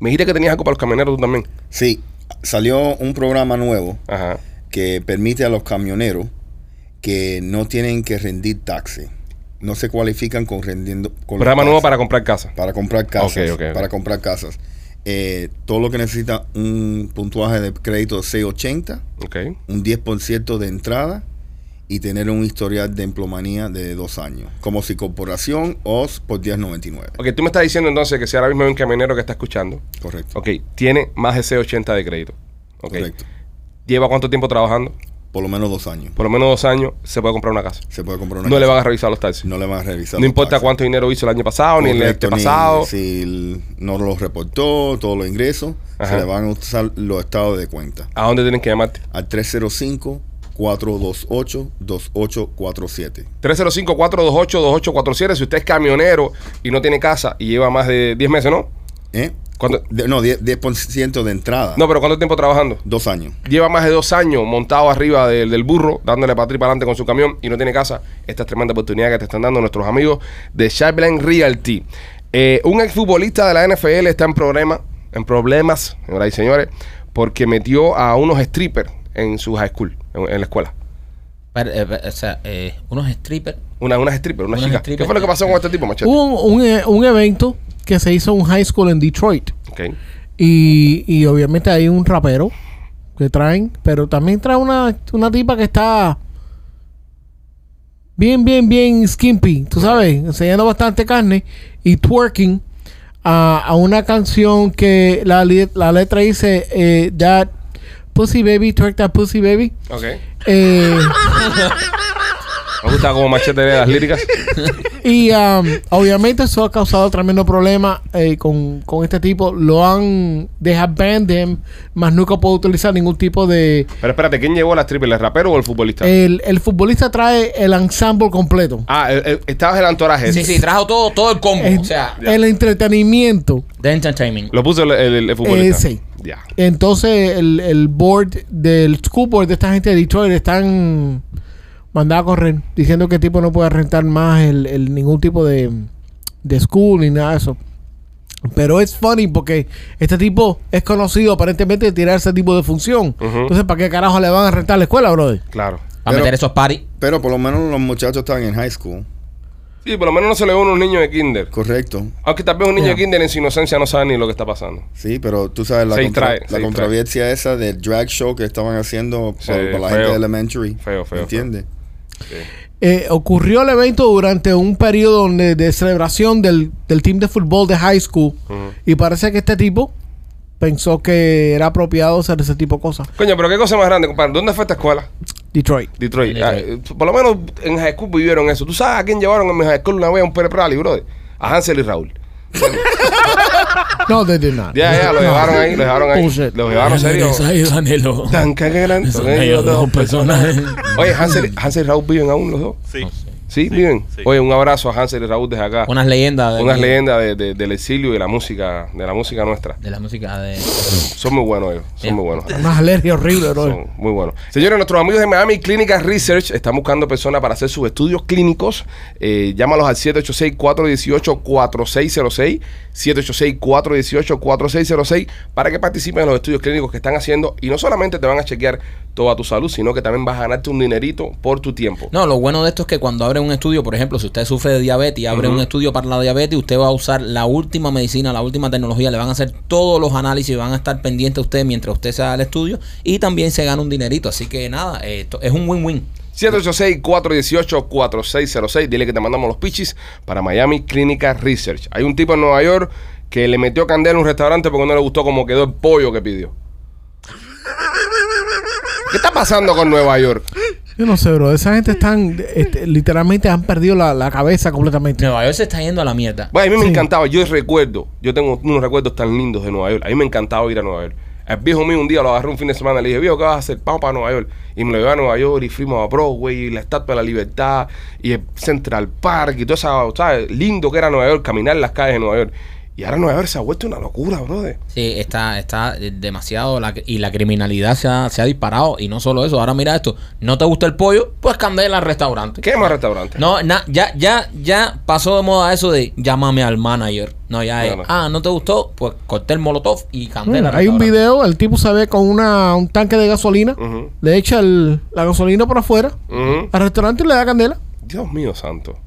Me dijiste que tenías algo para los camioneros tú también. Sí. Salió un programa nuevo Ajá. que permite a los camioneros que no tienen que rendir taxi. No se cualifican con rendiendo. Con Programa los nuevo taxis. para comprar casa. Para comprar casas. Ok, ok, ok. Para comprar casas. Eh, todo lo que necesita un puntuaje de crédito de 680, Ok. un 10% de entrada y tener un historial de emplomanía de dos años. Como si corporación o por 1099. Ok, tú me estás diciendo entonces que si ahora mismo hay un camionero que está escuchando, Correcto. ok, tiene más de 680 de crédito. Ok. Correcto. ¿Lleva cuánto tiempo trabajando? Por lo menos dos años. Por lo menos dos años, se puede comprar una casa. Se puede comprar una No le casa. van a revisar los taxis. No, No le van a revisar. los importa taxes. cuánto dinero hizo el año pasado, ni el Correcto, este pasado. Si el- no los reportó, todos los ingresos, Ajá. se le van a usar los estados de cuenta. ¿A dónde tienen que llamarte? Al 305-428-2847. 305-428-2847. Si usted es camionero y no tiene casa y lleva más de 10 meses, ¿no? ¿Eh? ¿Cuánto? De- no, 10%, 10% de entrada. No, pero ¿cuánto tiempo trabajando? Dos años. Lleva más de dos años montado arriba del, del burro, dándole para atrás y para adelante con su camión y no tiene casa. Esta es tremenda oportunidad que te están dando nuestros amigos de Sharpline Realty. Eh, un exfutbolista de la NFL está en problema, en problemas, señoras y señores, porque metió a unos strippers en su high school, en, en la escuela. Pero, eh, pero, o sea, eh, unos strippers. Una, unas strippers, unas Unas chicas. strippers. ¿Qué fue lo que pasó con este tipo, Uh. machete? Hubo un, un, eh, un evento que se hizo en un high school en Detroit. Ok. Y, y obviamente hay un rapero que traen, pero también trae una, una tipa que está bien, bien, bien skimpy, tú sabes, enseñando bastante carne y twerking a, a una canción que la, li- la letra dice eh, That Pussy Baby, Twerk That Pussy Baby. Ok. Eh, Me gusta como machete de (laughs) las líricas. Y um, obviamente eso ha causado tremendo problema eh, con, con este tipo. Lo han dejado banned him, más nunca puede utilizar ningún tipo de... Pero espérate, ¿quién llevó a las strippers, el rapero o el futbolista? Eh. El, el futbolista trae el ensemble completo. ah, el- el- estabas el entoraje. Sí, sí, trajo todo, todo el combo. El, o sea, el entretenimiento. de entertainment. Lo puso el, Eh, el- el futbolista. Ese. Ya. Entonces el, el board del school board de esta gente de Detroit están mandando a correr, diciendo que el tipo no puede rentar más el, el- ningún tipo de, de school ni nada de eso. Pero es funny porque este tipo es conocido aparentemente de tirar ese tipo de función. Ujú. Entonces, ¿para qué carajo le van a rentar la escuela, brother? Claro. Para Pero- meter esos parties. Pero por lo menos los muchachos están en high school. Sí, por lo menos no se le ve a unos niños de kinder. Correcto. Aunque tal vez un niño Ya. de kinder en su inocencia no sabe ni lo que está pasando. Sí, pero tú sabes la, Se contra- distrae, se la distrae. controversia esa del drag show que estaban haciendo Sí, para la feo. gente de elementary. Feo, feo, ¿Entiendes? Eh, ocurrió el evento durante un periodo donde- de celebración del, del team de fútbol de high school. Y parece que este tipo pensó que era apropiado hacer ese tipo de cosas. Coño, pero qué cosa más grande, compadre. ¿Dónde fue esta escuela? Detroit. En Detroit. Detroit. Ah, eh, por lo menos en high school vivieron eso. ¿Tú sabes a quién llevaron en mi high school una vez a un Pere Prali, brother? A Hansel y Raúl. No, they did not. Ya, ya, lo (laughs) No. llevaron ahí, lo llevaron ahí. Bullshit. Lo llevaron serio. Tan que grande. Oye, Hansel, Hansel y Raúl viven aún los dos. Sí. Sí, viven. sí. Oye, un abrazo a Hansel y Raúl desde acá. (laughs) Unas leyendas. de- Unas leyendas de- de- del exilio y de la música, de la música nuestra. De la música de. Son muy buenos ellos. Son Bien. muy buenos. Una alergia horrible, bro. Son muy buenos. Señores, nuestros amigos de Miami Clinical Research están buscando personas para hacer sus estudios clínicos. Eh, llámalos al 786-418-4606. 786-418-4606 para que participen en los estudios clínicos que están haciendo. Y no solamente te van a chequear toda tu salud, sino que también vas a ganarte un dinerito por tu tiempo. No, lo bueno de esto es que cuando abre un estudio, por ejemplo, si usted sufre de diabetes y abre un estudio para la diabetes, usted va a usar la última medicina, la última tecnología, le van a hacer todos los análisis, van a estar pendientes a usted mientras usted se da el estudio y también se gana un dinerito. Así que nada, esto es un win-win. 786-418-4606. Dile que te mandamos los pichis para Miami Clinical Research. Hay un tipo en Nueva York que le metió candela a un restaurante porque no le gustó cómo quedó el pollo que pidió. ¿Qué está pasando con Nueva York? Yo no sé, bro. Esa gente están. este, literalmente han perdido la, la cabeza completamente. Nueva York se está yendo a la mierda. Bueno, a mí me Sí. encantaba, yo recuerdo, yo tengo unos recuerdos tan lindos de Nueva York. A mí me encantaba ir a Nueva York. El viejo mío un día lo agarré un fin de semana, le dije, viejo, ¿qué vas a hacer? Vamos para Nueva York. Y me lo llevé a Nueva York y fuimos a Broadway y la Estatua de la Libertad y el Central Park y todo esa, ¿sabes? Lindo que era Nueva York, caminar las calles de Nueva York. Y ahora Nueva York se ha vuelto una locura, brother. Sí, está, está demasiado la- y la criminalidad se ha, se ha disparado. Y no solo eso, ahora mira esto, no te gusta el pollo, pues candela al restaurante. ¿Qué más restaurante? No, na- ya, ya, ya pasó de moda eso de llámame al manager. No, ya es. No, no. Ah, no te gustó, pues corté el molotov y candela. Bueno, al Mm, hay un restaurante. video, el tipo se ve con una, un tanque de gasolina, Ujú. le echa el- la gasolina por afuera Ujú. al restaurante y le da candela. Dios mío santo.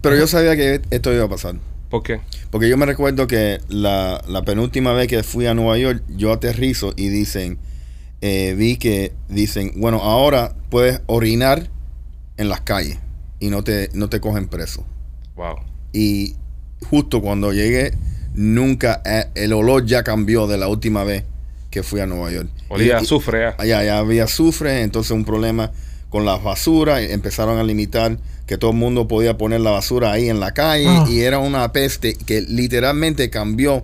Pero yo sabía que esto iba a pasar. ¿Por qué? Porque yo me recuerdo que la, la penúltima vez que fui a Nueva York, yo aterrizo y dicen, eh, vi que dicen, bueno, ahora puedes orinar en las calles y no te, no te cogen preso. Wow. Y justo cuando llegué, nunca, eh, el olor ya cambió de la última vez que fui a Nueva York. Olía Y- y- azufre ¿eh? ya. Allá, allá había azufre, entonces un problema con la basura, y empezaron a limitar que todo el mundo podía poner la basura ahí en la calle Ah. y era una peste que literalmente cambió,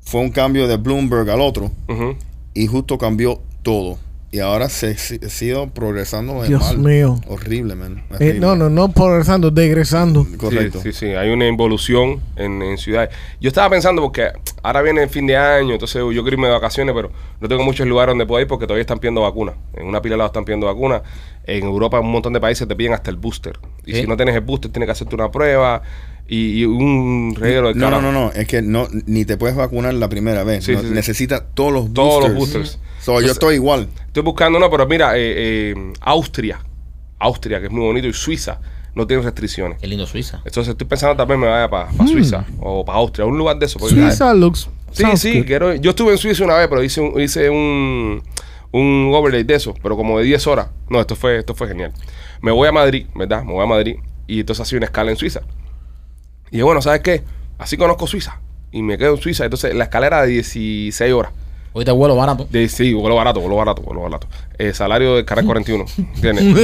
fue un cambio de Bloomberg al otro Ujú. y justo cambió todo. Y ahora se se- ha sido progresando de Dios mío. Horrible, man. Eh, Horrible. no, no, no progresando, degresando. Correcto. Sí, sí, sí, hay una involución en, en ciudades. Yo estaba pensando porque ahora viene el fin de año, entonces yo quiero irme de vacaciones, pero no tengo muchos lugares donde puedo ir porque todavía están pidiendo vacunas. En una pila de lados están pidiendo vacunas. En Europa, en un montón de países te piden hasta el booster. Y ¿Eh? si no tienes el booster, tienes que hacerte una prueba y, y un reguero de No, no, carajo. no, no, es que no ni te puedes vacunar la primera vez. Sí, no, sí, sí. Necesitas todos los boosters. Todos los boosters. Pues, So, yo estoy igual. Estoy buscando una, pero mira, eh, eh, Austria, Austria, que es muy bonito, y Suiza no tiene restricciones. Qué lindo Suiza. Entonces estoy pensando también me vaya para Mm. Suiza o para Austria, un lugar de eso. porque- Suiza looks. Sí, sounds sí, good. quiero- yo estuve en Suiza una vez, pero hice un, hice un, un overlay de eso, pero como de 10 horas. No, esto fue, esto fue genial. Me voy a Madrid, ¿verdad? Me voy a Madrid y entonces hacía una escala en Suiza. Y dije, bueno, ¿sabes qué? Así conozco Suiza y me quedo en Suiza. Entonces la escala era de 16 horas. Hoy te vuelo barato. De, sí, vuelo barato, vuelo barato, vuelo barato. Eh, salario de canal 41. (laughs) ¿Entiendes?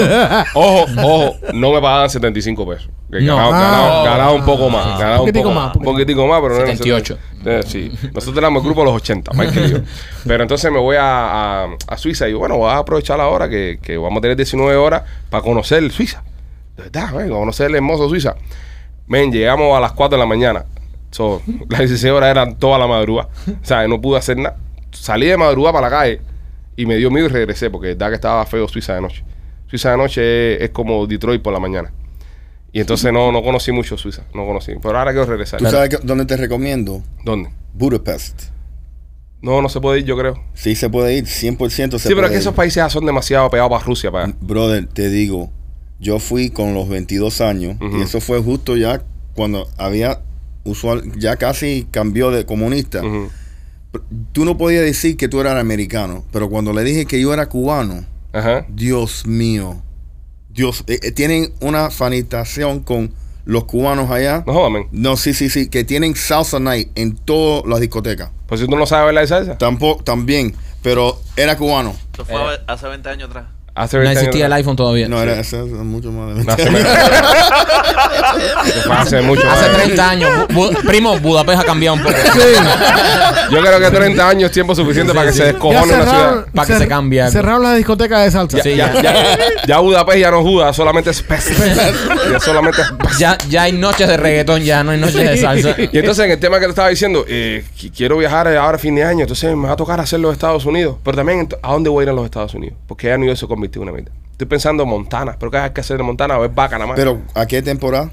ojo, ojo, no me pagaban 75 pesos. Que No. Ganaba, ganaba- Ah. ganaba un poco más. Ganaba un Poquitico poco más, más. Un poquitico más, pero no era 78. Eh, sí. Nosotros éramos el grupo de los 80, Michael y yo. Pero entonces me voy a, a- a Suiza y yo, bueno, voy a aprovechar la hora que, que vamos a tener 19 horas para conocer Suiza. De verdad, güey, conocer el hermoso Suiza. Men, llegamos a las 4 de la mañana. So, (laughs) las 16 horas eran toda la madrugada. O sea, no pude hacer nada. Salí de madrugada para la calle y me dio miedo y regresé porque de verdad que estaba feo Suiza de noche. Suiza de noche es, es como Detroit por la mañana. Y entonces no, no conocí mucho Suiza. No conocí. Pero ahora quiero regresar. ¿Tú sabes que- dónde te recomiendo? ¿Dónde? Budapest. No, no se puede ir, yo creo. Sí, se puede ir, 100% se puede sí, pero es que ir. Mm. esos países ya son demasiado pegados para Rusia. Para... Brother, te digo, yo fui con los 22 años Ujú. y eso fue justo ya cuando había usual, ya casi cambió de comunista. Ujú. Tú no podías decir que tú eras americano, pero cuando le dije que yo era cubano, Ajá. Dios mío, Dios, eh, eh, tienen una fanitación con los cubanos allá. No jodas, men. No, sí, sí, sí, que tienen salsa night en todas las discotecas. Pues si tú no sabes bailar salsa. Tampoco, también, pero era cubano. Esto fue a- hace 20 años atrás. Hace No 20 años existía el atrás. iPhone todavía. No, era, eso es mucho más de Hace menos. Eso fue hace mucho. Hace más. 30 años. Bu- Bu- primo, Budapest ha cambiado un poco. Yo creo que 30 años es tiempo suficiente para que se Ya descojone la cerraron- ciudad. para que cer- se cambie. Cerraron la discoteca de salsa. Ya, Sí, ya, ya, ya Budapest ya no juda, solamente es pez. (laughs) ya solamente es pez. Ya, ya hay noches de reggaetón, ya no hay noches de salsa. Y entonces en el tema que te estaba diciendo, eh, qui- quiero viajar ahora a fin de año, entonces me va a tocar hacer los Estados Unidos. Pero también, ent- ¿a dónde voy a ir a los Estados Unidos? Porque ya New York se convirtió en una mierda. Estoy pensando en Montana, pero ¿qué hay que hacer en Montana? A ver vaca nada más. Pero, ¿a qué temporada?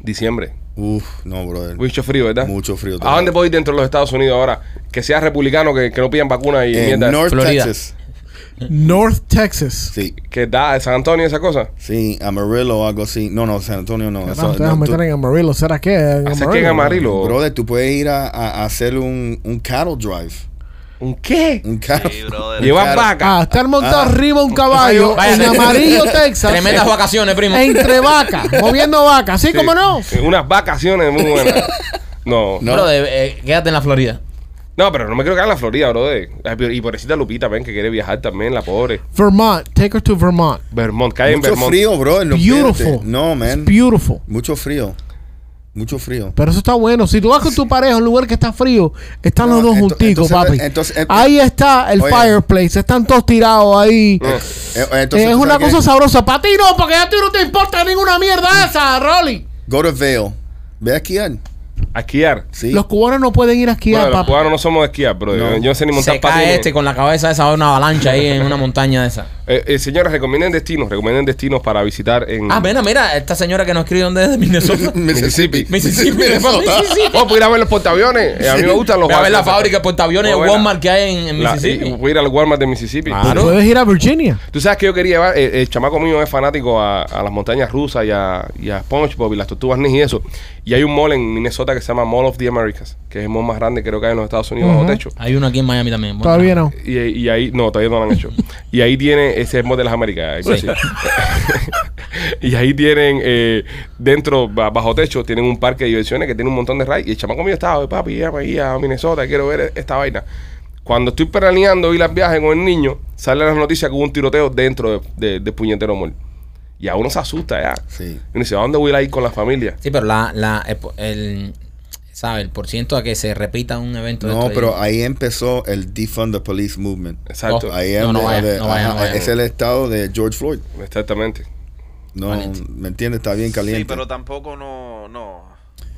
Diciembre. Uf, no, brother. Mucho frío, ¿verdad? Mucho frío. ¿A dónde voy dentro de los Estados Unidos ahora? Que sea republicano, que, que no pidan vacunas y En mierda. North Florida. Texas. North Texas. Sí. Que da San Antonio y esa cosa. Sí, Amarillo o algo así. No, no, San Antonio no. Carajo, Eso- te vas a no, tú- meter en Amarillo. ¿Será que? En ¿Hace que en amarillo? brother, tú puedes ir a, a- a hacer un, un cattle drive. ¿Un qué? Un cattle. Sí, brother. Llevar Claro. vaca. Ah, estar montado Ah. arriba un caballo Vaya, en tre- (laughs) Amarillo, Texas. eh, Tremendas vacaciones, primo. Entre vacas, moviendo vacas. ¿Sí, cómo no? Sí, Unas vacaciones muy (laughs) buenas. No. No. Bro, de- eh, quédate en la Florida. No, pero no me quiero quedar en la Florida, brother. Ay, pero- Y pobrecita Lupita, ven, que quiere viajar también, la pobre. Vermont, take her to Vermont. Vermont, cae en Mucho Vermont. frío, bro. en los Beautiful. pies. No, man. It's beautiful. Mucho frío. Mucho frío. Pero eso está bueno. Si tú vas con tu pareja a un lugar que está frío, están No, los dos ento- junticos, entonces- papi. entonces- ent- ahí está el Oye. fireplace. Están todos tirados ahí. Eh, eh, entonces, es ¿tú una sabes cosa qué? sabrosa. Para ti no, porque a ti no te importa ninguna mierda esa, Rolly. Go to Vail. Ve a esquiar. a esquiar. Sí. Los cubanos no pueden ir a esquiar, Bueno, los papá. cubanos no somos de esquiar, bro. No. Yo no sé ni montar Se cae este con la cabeza esa, va a una avalancha ahí en una montaña de esa. Eh, eh, señores, recomienden destinos, recomienden destinos para visitar en Ah, mira, mira, esta señora que nos escribe donde es de Minnesota. (laughs) Mississippi. Mississippi. Minnesota. Oh, puedo ir a ver los portaaviones. Eh, a mí me gustan los Ve a ver la barcos. fábrica de portaaviones de Voy a ver la- Walmart que hay en, en la- Mississippi. y voy a ir al Walmart de Mississippi. Claro. Puedes ir a Virginia. Tú sabes que yo quería llevar, eh, el chamaco mío es fanático a, a las montañas rusas y a, y a SpongeBob y las tortugas ninja y eso. Y hay un mall en Minnesota que se llama Mall of the Americas, que es el mall más grande creo que hay en los Estados Unidos bajo Ujú. techo. Hay uno aquí en Miami también. Bueno, Todavía no. Y, y ahí, no, todavía no lo han hecho. Y ahí tiene ese es el mall de las Américas. algo así. (laughs) y ahí tienen, eh, dentro, ba- bajo techo, tienen un parque de diversiones que tiene un montón de rides. Y el chamaco mío estaba, "Oye, papi, llévame ahí a Minnesota, quiero ver e-", esta vaina. Cuando estoy planeando ir al viaje con el niño, sale las noticias que hubo un tiroteo dentro de, de- del puñetero mall. Y a uno se asusta ya. Sí. Y uno dice, ¿a dónde voy a ir con la familia? Sí, pero la, la, el, po- el- ¿sabe? El por ciento a que se repita un evento. de No, esto eh, ahí. pero ah, ahí empezó el Defund the Police Movement. Exacto. Ahí No, es no de- vaya, de- no vaya, ajá, no vaya. Es el estado de George Floyd. Exactamente. No, Caliente. ¿me entiendes? Está bien caliente. Sí, pero tampoco no, no,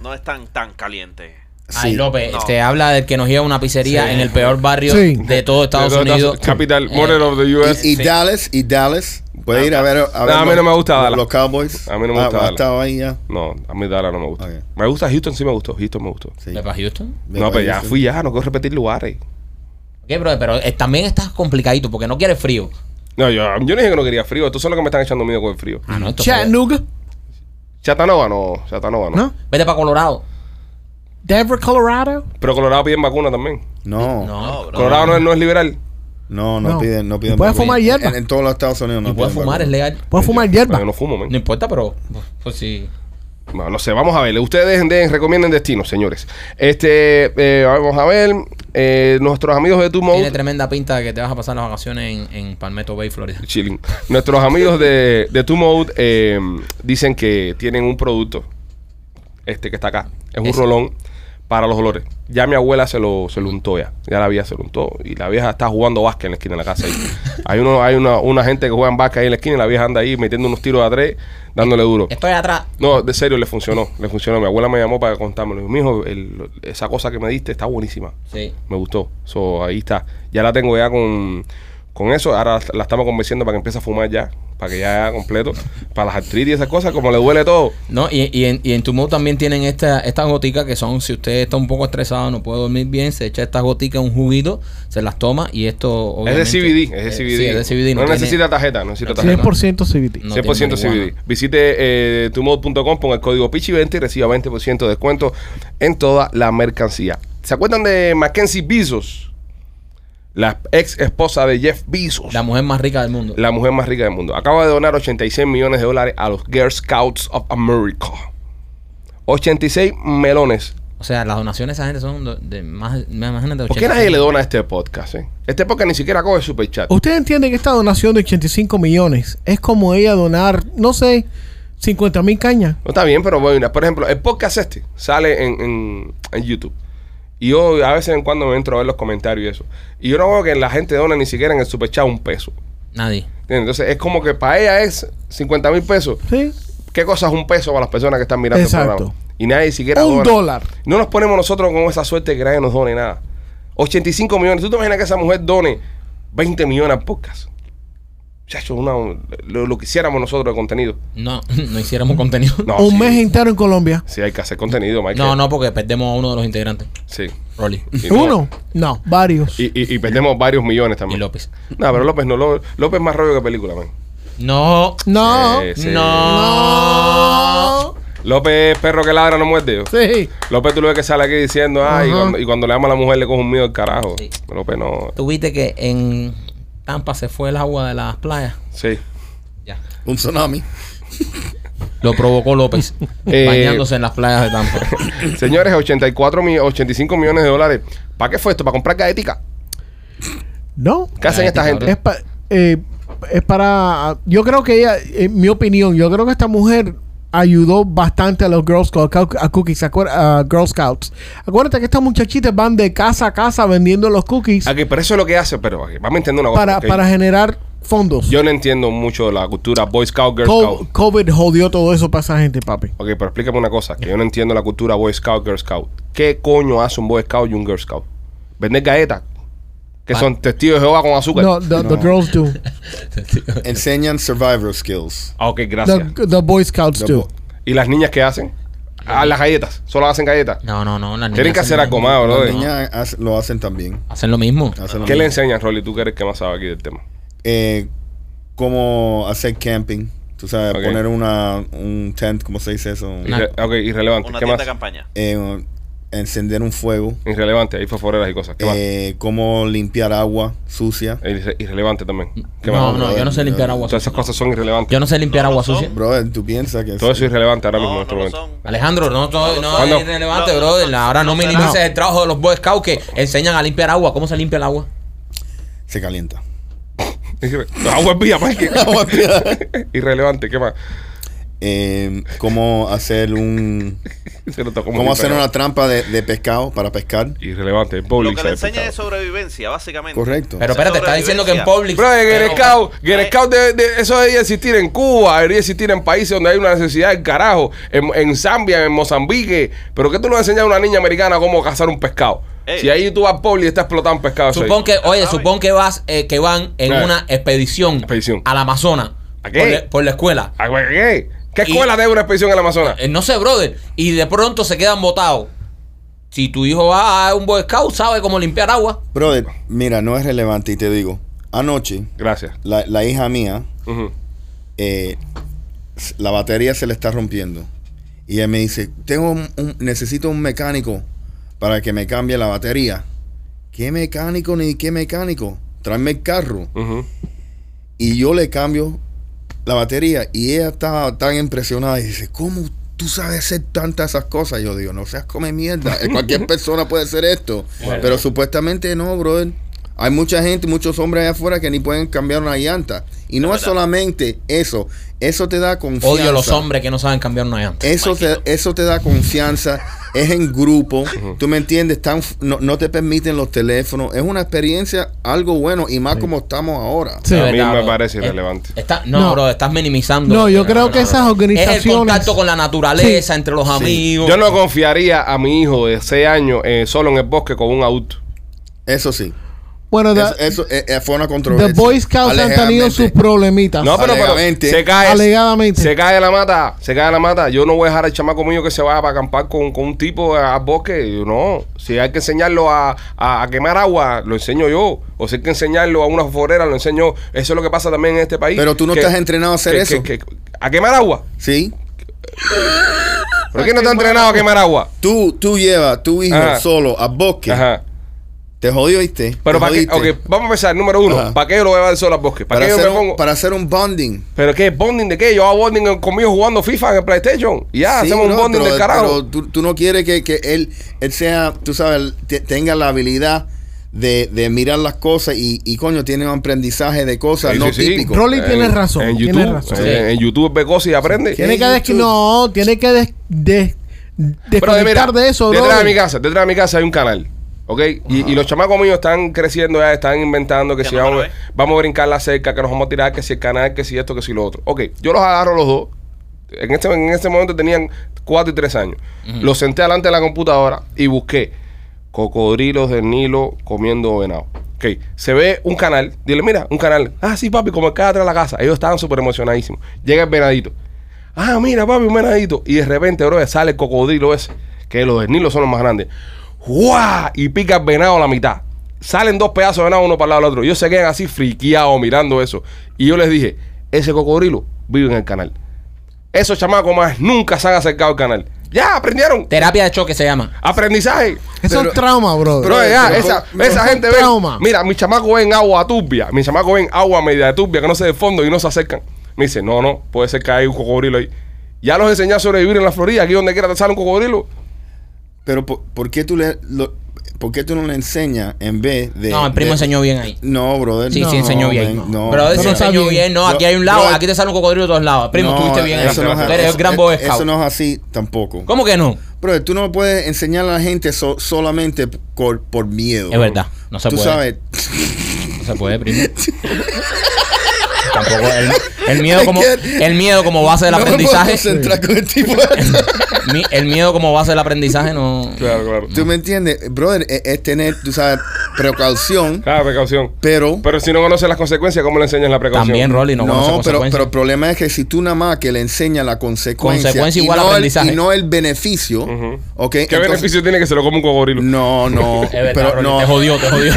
no es tan, tan caliente. Ay, Sí. López, No. te habla del que nos lleva a una pizzería en el peor barrio Sí. de todo Estados Entonces, Unidos. Capital, Eh, Model of the US. Y, y Dallas, y Dallas. Puede Ah, ir a ver. A, ver Ah, a mí no me gusta los- Dallas. Los Cowboys. A mí no me gusta Ah, Dallas. estaba ahí ya. No, a mí Dallas no me gusta. Ok. Me gusta Houston, sí me gustó. Houston me gustó. Sí. ¿Ve para Houston? Me No, pero ya parece. fui ya, no quiero repetir lugares. Ok, brother, pero eh, también estás complicadito porque no quieres frío. No, yo, yo no dije que no quería frío. Estos son los que me están echando miedo con el frío. Ah, no, esto fue- Chattanooga, Chatanova no, Chatanova no. ¿no? Vete para Colorado. Denver, Colorado. Pero Colorado piden vacuna también. No, no, No. No, bro. Colorado no es, no es liberal. no, No. piden, no piden. Puedes vacuna. fumar hierba. En, en todos los Estados Unidos no y puedes piden fumar, es vacuna. legal. Puedes fumar Yo hierba. no fumo, man. No importa, pero pues sí. No, no sé, vamos a ver. Ustedes dejen, dejen, recomienden destinos, señores. Este, eh, vamos a ver. eh, nuestros amigos de Tumo. Tiene tremenda pinta de que te vas a pasar las vacaciones en, en Palmetto Bay, (laughs) Florida. Chilling. Nuestros amigos de, de Two Mode eh, dicen que tienen un producto, este que está acá. Es un Ese. rolón para los olores. Ya mi abuela se lo, se lo untó ya. Ya la vieja se lo untó. Y la vieja está jugando básquet en la esquina de la casa. Ahí. Hay, uno, hay una, una gente que juega en básquet ahí en la esquina y la vieja anda ahí metiendo unos tiros a tres, dándole duro. Estoy atrás. No, de serio, le funcionó. Le funcionó. Mi abuela me llamó para contármelo. Mi hijo, esa cosa que me diste está buenísima. Sí. Me gustó. So, ahí está. Ya la tengo ya con, con eso. Ahora la estamos convenciendo para que empiece a fumar ya. Para que ya completo. Para las artritis y esas cosas, como le duele todo. No, y, y en, y en tu mood también tienen esta- estas goticas que son, si usted está un poco estresado, no puede dormir bien, se echa estas goticas, un juguito, se las toma y esto obviamente- es de CBD. Es de Eh, CBD. sí, es de CBD. No, tiene- necesita tarjeta. No necesita tarjeta. 100% CBT. no 100% tiene marihuana. CBD. Visite eh, tumod.com, ponga el código PICHI20 y reciba 20% de descuento en toda la mercancía. ¿Se acuerdan de Mackenzie Bezos? La ex esposa de Jeff Bezos. La mujer más rica del mundo. la mujer más rica del mundo. Acaba de donar 86 millones de dólares a los Girl Scouts of America. 86 melones. O sea, las donaciones de esa gente son de, de más, me imagínate, ¿Por qué nadie le dona a este podcast? eh? Este podcast ni siquiera coge superchat. Usted entiende que esta donación de 85 millones es como ella donar, no sé, 50 mil cañas. No está bien, pero bueno, por ejemplo, el podcast este sale en, en- en YouTube. Y yo a veces en cuando me entro a ver los comentarios y eso. Y yo no veo que la gente dona ni siquiera en el superchat un peso. Nadie. ¿Entiendes? Entonces es como que para ella es 50 mil pesos. ¿Sí? ¿Qué cosa es un peso para las personas que están mirando Exacto. el programa? Y nadie siquiera Un dona. dólar. No nos ponemos nosotros con esa suerte que nadie nos done nada. 85 millones. ¿Tú te imaginas que esa mujer done 20 millones al podcast? Chacho, una- lo, lo que hiciéramos nosotros de contenido. No, (laughs) no hiciéramos contenido. No, un sí. mes entero en Colombia. Sí, hay que hacer contenido, (laughs) Michael. No, no, porque perdemos a uno de los integrantes. Sí. Rolly Y no- ¿Uno? No, varios. Y, y, y perdemos varios millones y también. López. No, pero López no. Lo- López más rollo que película, man. No. no. Eh, sí. Ah. No. López, perro que ladra, no muerde. Sí. López, tú lo ves que sale aquí diciendo, ay, y Ajá. cuando, y cuando le ama a la mujer le coge un miedo al carajo. Sí. López no. Tuviste que en Tampa se fue el agua de las playas. Sí. Ya. (laughs) Un tsunami. Lo provocó López. (laughs) Eh, bañándose en las playas de Tampa. Señores, 84 mi- 85 millones de dólares. ¿Para qué fue esto? ¿Para comprar gaética? No. ¿Qué hacen esta Gaética, gente? Es, pa- eh, es para. Yo creo que ella, en mi opinión, yo creo que esta mujer ayudó bastante a los Girl Scouts, a, cau- a cookies, acuer- a Girl Scouts. Acuérdate que estas muchachitas van de casa a casa vendiendo los cookies Aquí, pero eso es lo que hace, pero aquí, vamos a entender una cosa. para, Ah, ok. para generar fondos. Yo no entiendo mucho de la cultura Boy Scout, Girl Co- Scout. COVID jodió todo eso para esa gente, papi. Ok, pero explícame una cosa, que yo no entiendo la cultura Boy Scout, Girl Scout. ¿Qué coño hace un Boy Scout y un Girl Scout? ¿Vender galletas? Que son testigos de Jehová con azúcar. No, the, the No. girls do. Enseñan survivor skills. Ah, ok, gracias. The, the Boy Scouts The do. bo- ¿Y las niñas qué hacen? Ah, las galletas. Solo hacen galletas. No, no, no. las Tienen niñas que hacer hacen- algo más, bro. Las niñas hace- lo hacen también. Hacen lo mismo. Hacen lo Ah. ¿Qué le mismo. enseñan, Rolly? Tú que eres el que más sabe aquí del tema. Eh, cómo hacer camping. Tú sabes, Ok. poner una, un tent, ¿cómo se dice eso? Una- Irre- ok, irrelevante. Una ¿Qué tienda más? de campaña. Eh, encender un fuego. Irrelevante. Hay fosforeras y cosas. ¿Qué más? Eh, Eh, cómo limpiar agua sucia. Irre- irrelevante también. ¿Qué No, más? no, yo no sé limpiar agua Todas sucia. esas cosas son irrelevantes. Yo no sé limpiar No, no agua son. sucia. Brother, ¿tú piensas que Todo eso es irrelevante ahora mismo en No, este no lo momento. son. Alejandro, no, todo- no ¿Cuándo? es relevante, No, brother. no, Ahora no no, minimices no. el trabajo de los Boy Scouts que enseñan a limpiar agua. ¿Cómo se limpia el agua? se calienta. (laughs) Irre- Agua es vía, Mike. (laughs) Irrelevante. ¿Qué más? Eh, cómo hacer (laughs) un Se lo tocó muy cómo hacer bien. una trampa de, de pescado para pescar. Irrelevante. El Lo bowling que le sabe enseña pescado. es sobrevivencia, básicamente. Correcto. Pero espérate, estás diciendo que en public. Bro, el Girl Pero- Scout, Girl Scout de, de- eso debería existir en Cuba, debería existir en países donde hay una necesidad del carajo, en, en Zambia, en Mozambique. Pero ¿qué tú le vas a enseñar a una niña americana cómo cazar un pescado? Ey. Si ahí tú vas Poli y estás explotando pescado. eso ahí. Supón que, oye, ¿Sabes? supón que vas, eh, que van en Claro. una expedición, Expedición. al Amazonas ¿A qué? por, la- por la escuela. Ah, güey, ¿Qué, ¿Qué Y- escuela debe una expedición en el Amazonas? Eh, no sé, brother. Y de pronto se quedan botados. Si tu hijo va a un Boy Scout, sabe cómo limpiar agua. Brother, eh, mira, no es relevante y te digo, anoche eh. Gracias. la, la hija mía Ujú. eh, s- la batería se le está rompiendo. Y ella me dice, tengo un- un- necesito un mecánico para que me cambie la batería. ¿Qué mecánico ni qué mecánico? Tráeme el carro. Ujú. Y yo le cambio la batería. Y ella estaba tan impresionada y dice, ¿cómo tú sabes hacer tantas esas cosas? Yo digo, no seas come mierda. Eh, (laughs) Cualquier persona puede hacer esto. Pero supuestamente no, brother. Hay mucha gente, muchos hombres allá afuera que ni pueden cambiar una llanta. Y no es solamente eso. Eso te da confianza. Odio a los hombres que no saben cambiar una llanta. Eso te, eso te da confianza, es en grupo, tú me entiendes, Tan f- no, no te permiten los teléfonos, es una experiencia algo bueno y más como estamos ahora. Sí. De A mí me bro. parece Eh, irrelevante. está- no, No. bro, estás minimizando. No, yo creo que esas Es el organizaciones- contacto con la naturaleza, entre los amigos. Yo no confiaría a mi hijo de 6 años eh, solo en el bosque con un adulto. Eso sí, Bueno, the, eso, eso, eh, eh, fue una controversia. the Boy Scouts han tenido Alegadamente. sus problemitas. No, pero, pero Alegadamente. se cae. Alegadamente. Se cae la mata. Se cae la mata. Yo no voy a dejar al chamaco mío que se vaya para acampar con, con un tipo al bosque. Yo, No. Si hay que enseñarlo a, a- a quemar agua, lo enseño yo. O si hay que enseñarlo a una forera, lo enseño. Eso es lo que pasa también en este país. Pero tú no Que- estás entrenado a hacer que- eso. que- que- a quemar agua. Sí, ¿Por qué no te has entrenado a quemar agua? tú, tú llevas tu hijo Ajá. solo a bosque, Ajá. te jodió, ¿viste? Pero Te para qué, jodiste. ok, vamos a empezar. Número uno, Ajá. ¿para qué yo lo voy a llevar solo al bosque? ¿Para, para, qué yo hacer me un, pongo? para hacer un bonding. ¿Pero qué? ¿Bonding de qué? Yo hago bonding conmigo jugando FIFA en el PlayStation. Y ya, Sí, hacemos un bro, bonding pero- del carajo. Pero tú, tú no quieres que, que él, él sea, tú sabes, te- tenga la habilidad de, de mirar las cosas y, y, coño, tiene un aprendizaje de cosas Sí, no sí, sí. típico. Rolly tiene En- razón, En tiene YouTube, razón. en- en YouTube ve cosas y aprende. ¿Qué? Tiene que des- YouTube. no, tiene que des, des- Pero de- desconectar de eso, bro. Detrás de mi casa, detrás de mi casa hay un canal. ¿Ok? Y, y los chamacos míos están creciendo ya, están inventando que Ya si no me lo vamos, ve. vamos a brincar la cerca, que nos vamos a tirar, que si el canal, que si esto, que si lo otro. Ok, yo los agarro los dos. En este, en este momento tenían 4 y 3 años. Los senté delante de la computadora y busqué cocodrilos del Nilo comiendo venado. Ok, se ve un canal. Dile, mira, un canal. Ah, sí, papi, como el que hay atrás de la casa. Ellos estaban súper emocionadísimos. Llega el venadito. Ah, mira, papi, un venadito. Y de repente, bro, sale el cocodrilo ese, que los del Nilo son los más grandes. ¡Guau! Y pica el venado a la mitad. Salen dos pedazos de venado uno para el lado del otro. Ellos se quedan así friqueados mirando eso. Y yo les dije, ese cocodrilo vive en el canal. Esos chamacos más nunca se han acercado al canal. Ya, aprendieron. Terapia de choque se llama. Aprendizaje. Eso es Pero- trauma, bro. Bro, ya, pero- eh, ah, esa, pero- esa pero- gente ve. trauma. Mira, mis chamacos ven agua turbia. Mis chamacos ven agua media turbia que no se de fondo y no se acercan. Me dice, no, no, puede ser que hay un cocodrilo ahí. Ya los enseñé a sobrevivir en la Florida. Aquí donde quiera te sale un cocodrilo. Pero, ¿por, por qué tú le, lo- ¿por qué tú no le enseñas en vez de. No, el primo de- enseñó bien ahí. No, brother. Sí, no, sí, enseñó bien. man, No, Brother, no, sí no está enseñó bien. bien. No, aquí hay un lado, Bro- aquí te sale un cocodrilo de todos lados. Primo, no, estuviste bien. Eso no, Eres es, el gran boy eso scout. no es así tampoco. ¿Cómo que no? Bro, tú no puedes enseñar a la gente so- solamente por, por miedo. (laughs) Es verdad, no se tú puede. sabes, (laughs) No se puede, primo. Tampoco el, el miedo I como can't- el miedo como base del No me puedo aprendizaje. concentrar con el tipo de- mi- el miedo como base del aprendizaje no. Claro, claro. ¿Tú me entiendes? Brother, es, es tener, tú sabes, precaución, Claro, precaución. pero... Pero si no conoces las consecuencias, ¿cómo le enseñas la precaución? También Rolly no, No, conoce pero, consecuencias. pero el problema es que si tú nada más que le enseñas la consecuencia, Consecuencia y, igual no aprendizaje. El, y no el beneficio, Ujú. ¿ok? ¿Qué Entonces- beneficio tiene que se lo come un cocodrilo? No, (laughs) no, Es verdad, pero Rolly, no. te jodió, te jodió.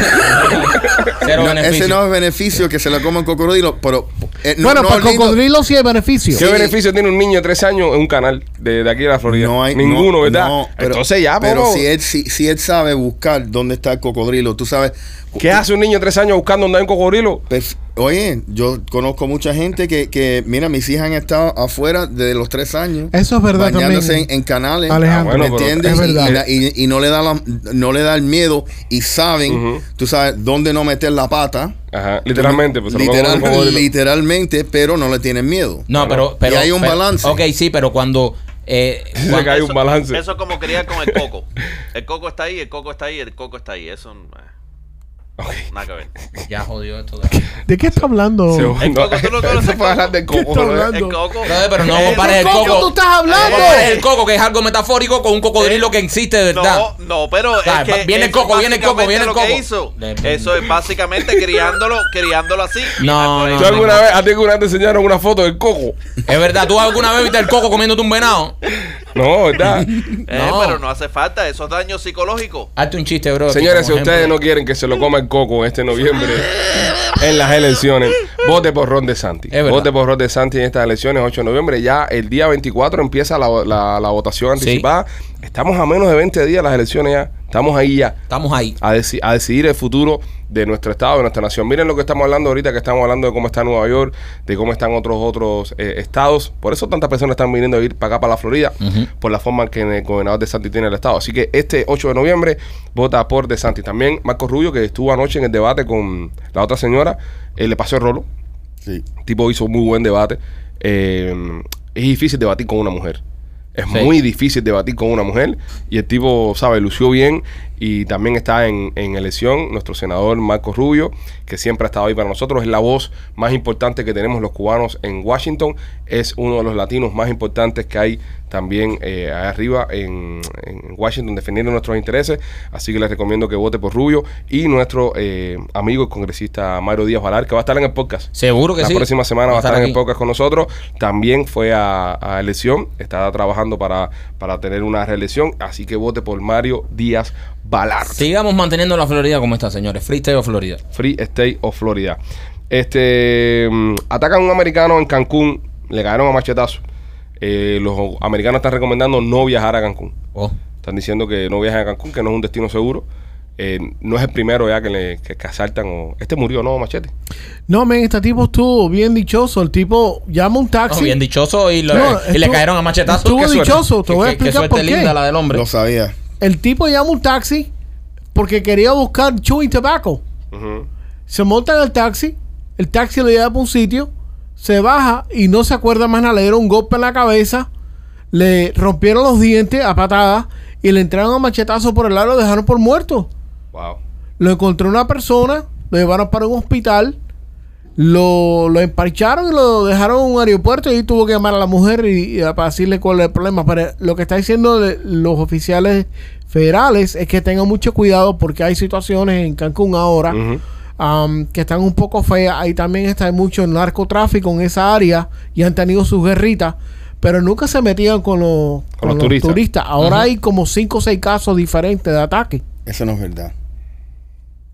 Cero No, beneficio. Ese no es beneficio que se lo coma un cocodrilo, pero... eh, no- bueno, pues no para el lindo. cocodrilo sí hay beneficio. ¿Qué beneficio tiene un niño de tres años en un canal de, de aquí de la Florida? No hay Ninguno, no, ¿verdad? no, pero, Entonces ya, pero bro, si él si, si él sabe buscar dónde está el cocodrilo, tú sabes. ¿Qué hace un niño de tres años buscando dónde hay un cocodrilo? Perf- Oye, yo conozco mucha gente que, que, mira, mis hijas han estado afuera desde los tres años. Eso es verdad Bañándose también. en, en canales. Alejandro. Ah, ¿Me bueno, pero- entiendes? Es Y- verdad. y la- Y, y no le da la- no le da el miedo y saben, Ujú. tú sabes, dónde no meter la pata. Ajá, literalmente, pues se lo come Literal- un cocodrilo. literalmente, pero no le tienen miedo. No, pero, pero. Y hay un pero- balance. Ok, sí, pero cuando. (laughs) eh, Dice cuando- que hay un balance. Eso es como quería con el coco. El coco está ahí, el coco está ahí, el coco está ahí. Eso no- eh, nada que ver. ya jodió esto. de- ¿De qué está hablando? Se- (laughs) El coco, tú no conoces Eso fue hablar coco. del ¿Qué está cocodrilo. hablando? El coco. Brother, pero no Eh, compares el ¿Qué coco coco. tú estás hablando? No compares el coco, que es algo metafórico, con un cocodrilo que existe de verdad. No, no, pero es Sabe, que viene el eso coco, viene el coco, viene el básicamente coco. lo que hizo. Eso es básicamente criándolo, criándolo así. No, Y no, ¿Tú después- alguna vez, a ti alguna vez te enseñaron una foto del coco? Es verdad, ¿tú alguna vez viste el coco comiéndote un venado? (laughs) No, ¿verdad? Eh, No. pero no hace falta esos daños psicológicos. Hazte un chiste, bro. Señores, si Como ustedes ejemplo. no quieren que se lo coma el coco este noviembre en las elecciones, vote por Ron DeSantis. Es verdad. Vote por Ron DeSantis en estas elecciones, 8 de noviembre. Ya el día 24 empieza la, la- la votación Sí. anticipada. Estamos a menos de 20 días de las elecciones ya. Estamos ahí ya. Estamos ahí. a, deci- a decidir el futuro de nuestro estado, de nuestra nación. Miren lo que estamos hablando ahorita, que estamos hablando de cómo está Nueva York, de cómo están otros otros eh, estados. Por eso tantas personas están viniendo a ir para acá, para la Florida, por la forma en que el gobernador de Santi tiene el estado. Así que este 8 de noviembre vota por de Santi. También Marco Rubio, que estuvo anoche en el debate con la otra señora, eh, le pasó el rolo. Sí. El tipo hizo un muy buen debate. Eh, es difícil debatir con una mujer. Es Sí. muy difícil debatir con una mujer. Y el tipo, sabe, lució bien. Y también está en, en elección nuestro senador Marco Rubio, que siempre ha estado ahí para nosotros. Es la voz más importante que tenemos los cubanos en Washington. Es uno de los latinos más importantes que hay también eh, ahí arriba en, en Washington defendiendo nuestros intereses. Así que les recomiendo que vote por Rubio y nuestro eh, amigo el congresista Mario Díaz Valar, que va a estar en el podcast. Seguro que La sí. próxima semana va a estar en el aquí. podcast con nosotros. También fue a, a elección. Está trabajando para, para tener una reelección. Así que vote por Mario Díaz Balar. Sigamos manteniendo la Florida como está, señores. Freestyle o Florida. Free State of Florida. Este mm, atacan a un americano en Cancún. Le cayeron a machetazo. Eh, los americanos están recomendando no viajar a Cancún. Oh. Están diciendo que no viajen a Cancún, que no es un destino seguro. Eh, no es el primero ya que, le, que, que asaltan. O, este murió, ¿no, Machete? No, men, este tipo estuvo bien dichoso. El tipo llama un taxi. Oh, bien dichoso y, lo- Ah, No, y le estuvo- cayeron a machetazos. estuvo Qué suerte. dichoso, te voy a Qué- qué- explicar qué por suerte qué. linda la del hombre. Lo sabía. El tipo llama un taxi porque quería buscar chewing tobacco. Ujú. Se monta en el taxi, el taxi le lleva para un sitio, se baja y no se acuerda más nada. Le dieron un golpe en la cabeza, le rompieron los dientes a patadas y le entraron a machetazos por el lado y lo dejaron por muerto. Wow. Lo encontró una persona, lo llevaron para un hospital, lo, lo emparcharon y lo dejaron en un aeropuerto y tuvo que llamar a la mujer y, y para decirle cuál es el problema. Pero lo que está diciendo de- los oficiales federales es que tengan mucho cuidado porque hay situaciones en Cancún ahora Ujú. am, que están un poco feas. Ahí también está mucho narcotráfico en esa área y han tenido sus guerritas. Pero nunca se metían con los, Con los turistas. Ahora hay como cinco o seis casos diferentes de ataque Eso no es verdad.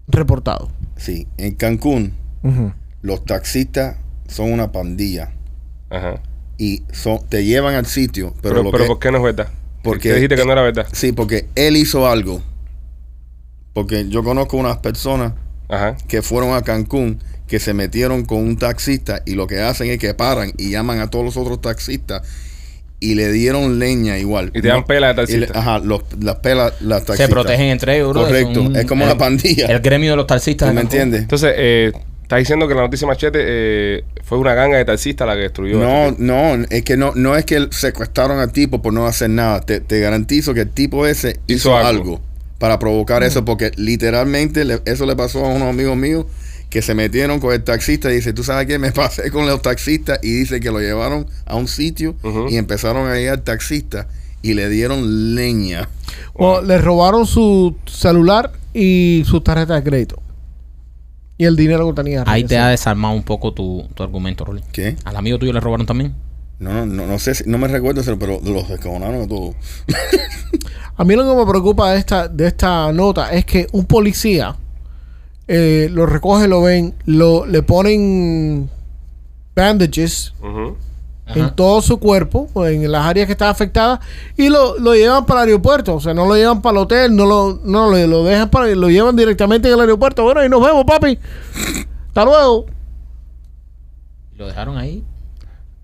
reportados. Sí. En Cancún, Ujú. los taxistas son una pandilla. Ajá. Y son, te llevan al sitio. Pero, Pero, lo pero, que- ¿por qué no es verdad? Porque- Porque dijiste que no era verdad. Sí, porque él hizo algo. Porque yo conozco unas personas Ajá. que fueron a Cancún, que se metieron con un taxista y lo que hacen es que paran y llaman a todos los otros taxistas y le dieron leña igual. Y te dan pela de taxista. y le- Ajá, los- las pelas, las taxistas. Se protegen entre ellos, bro. Correcto, Son- es como el- la pandilla. El gremio de los taxistas. ¿Tú me de Cancún. entiendes? Entonces, eh, estás diciendo que la noticia machete eh, fue una ganga de taxistas la que destruyó. No, no, es que no, no es que secuestraron al tipo por no hacer nada. Te, te garantizo que el tipo ese hizo, Hizo algo. algo. para provocar eso, porque literalmente le- eso le pasó a unos amigos míos que se metieron con el taxista y dice, ¿tú sabes qué? Me (laughs) pasé con los taxistas y dice que lo llevaron a un sitio Ujú. y empezaron a ir al taxista y le dieron leña. O le robaron su celular y su tarjeta de crédito. Y el dinero que tenía. Ahí te ha regresado. desarmado un poco tu, tu argumento, Rolly. ¿Qué? ¿Al amigo tuyo le robaron también? No, no, no, no sé, si- no me recuerdo, pero- pero los descojonaron a todos. A mí lo que me preocupa de esta, de esta nota es que un policía eh, lo recoge, lo ven, lo, le ponen bandages Ujú. en todo su cuerpo, en las áreas que está afectadas, y lo, lo llevan para el aeropuerto. O sea, no lo llevan para el hotel, no lo, no lo, lo dejan para, lo llevan directamente en el aeropuerto. Bueno, y nos vemos, papi. Hasta luego. Lo dejaron ahí.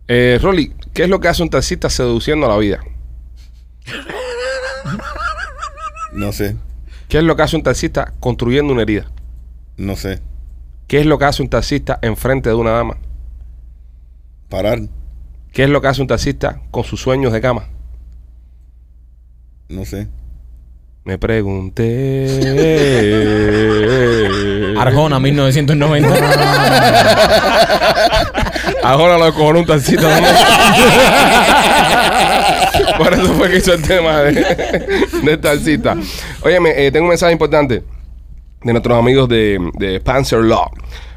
Eh, Rolly, ¿qué es lo que hace un taxista seduciendo a la vida? No sé, ¿Qué es lo que hace un taxista construyendo una herida? no sé. ¿Qué es lo que hace un taxista enfrente de una dama? Parar, ¿Qué es lo que hace un taxista con sus sueños de cama? no sé. Me (laughs) pregunté. Arjona, 1990. (laughs) Ahora lo cojonó un taxista. ¿no? Por eso fue que hizo el tema de, del taxista. Óyeme, eh, tengo un mensaje importante de nuestros amigos de, de Panzer Law.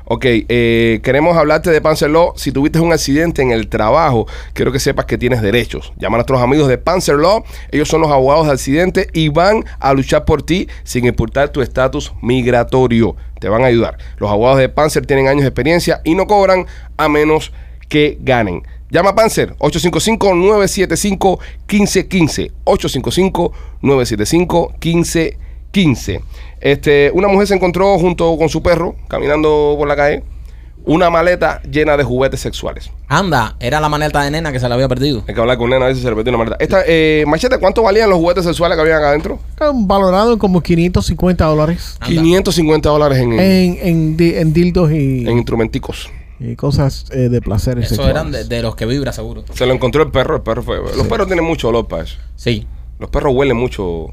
Ok, eh, queremos hablarte de Panzer Law. Si tuviste un accidente en el trabajo, quiero que sepas que tienes derechos. Llama a nuestros amigos de Panzer Law. Ellos son los abogados de accidente y van a luchar por ti sin importar tu estatus migratorio. Te van a ayudar. Los abogados de Panzer tienen años de experiencia y no cobran a menos que ganen. Llama a Panzer 855-975-1515. 855-975-1515. Este, una mujer se encontró junto con su perro caminando por la calle una maleta llena de juguetes sexuales. Anda, era la maneta de nena que se la había perdido. Hay que hablar con nena a veces se le perdió una maleta. Esta, eh, machete, ¿cuánto valían los juguetes sexuales que habían acá adentro? Están valorados en como 550 dólares Anda. 550 dólares Mm. en, en, en, en, di- en dildos y, instrumenticos. y cosas eh, de placer. Eso eran de, de los que vibra, seguro. Se lo encontró el perro. El perro fue. Los perros tienen mucho olor para eso. Sí. Los perros huelen mucho.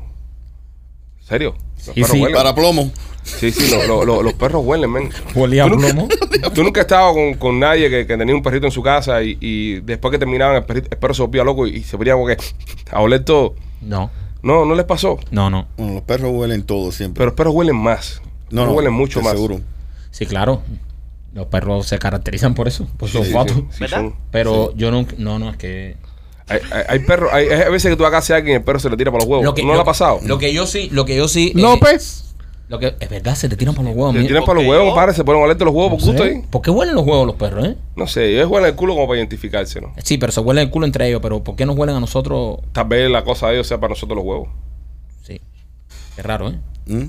¿Serio? Los Sí, sí. huelen. Para plomo. Sí, sí, lo- lo- lo- los perros huelen, men. Huelía ¿Tú nunca- plomo. Tú nunca has estado con, con nadie que, que tenía un perrito en su casa y, y después que terminaban, el, perrito- el perro se volvía loco y, y se ponía como que (laughs) a oler todo. No, No, no les pasó. no, no. Bueno, los perros huelen todo siempre. Pero los perros huelen más. No, huelen mucho te más. Seguro. Sí, claro. Los perros se caracterizan por eso, por su Sí, olfato. sí, sí, ¿Verdad? son- Pero yo nunca. No, no, es que. hay, hay- hay perros, hay, hay veces que tú acá a alguien y el perro se le tira para los huevos. ¿No le ha pasado? Lo que yo sí, lo que yo sí. eh, López. lo que, es verdad, se te tiran por los huevos. Se le mira. tiran para los porque huevos, yo- padre, se ponen a olerte los huevos por No sé. gusto ahí. ¿Por qué huelen los huevos los perros, eh? No sé, ellos huelen el culo como para identificarse, ¿no? Sí, pero se huelen el culo entre ellos, pero ¿por qué nos huelen a nosotros? Tal vez la cosa de ellos sea para nosotros los huevos. Sí. Es raro, ¿eh? ¿Mm?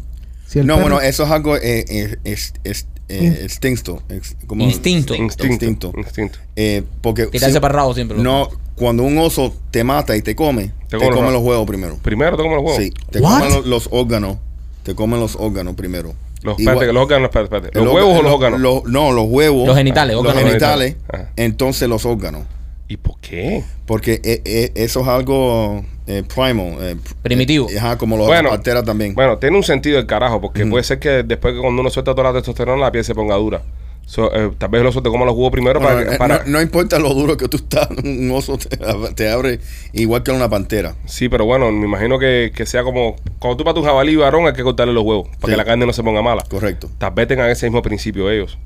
Si el no, perro- bueno, eso es algo eh, eh, es, es- eh, instinto. ex- ¿cómo? Instinto. Instinto. Instinto. Instinto. Eh, porque Tirarse si- para el rabo siempre. no, cuando un oso te mata y te come, te, come, los huevos primero. Primero tocan los huevos. Sí, te What? comen los, los órganos. Te comen los órganos primero. Los, Igual- espérate, que los órganos, espérate, espérate. ¿Los el huevos o los lo- órganos? lo- no, los huevos. Los genitales, Los órganos genitales. Ajá. Entonces los órganos. ¿Y por qué? Porque eh, eh, eso es algo eh, primal. eh, pr- Primitivo. eh, ajá, como los Bueno, altera también. Bueno, tiene un sentido el carajo, porque puede ser que después que cuando uno suelta toda la testosterona, la piel se ponga dura. So, eh, tal vez el oso te coma los huevos primero Bueno, para... eh, para no, no importa lo duro que tú estás, un oso te, (laughs) ab- te abre igual que una pantera. Sí, pero bueno, me imagino que, que sea como... Cuando tú matas un jabalí varón hay que cortarle los huevos para Sí. que la carne no se ponga mala. Correcto. Tal vez tengan ese mismo principio ellos.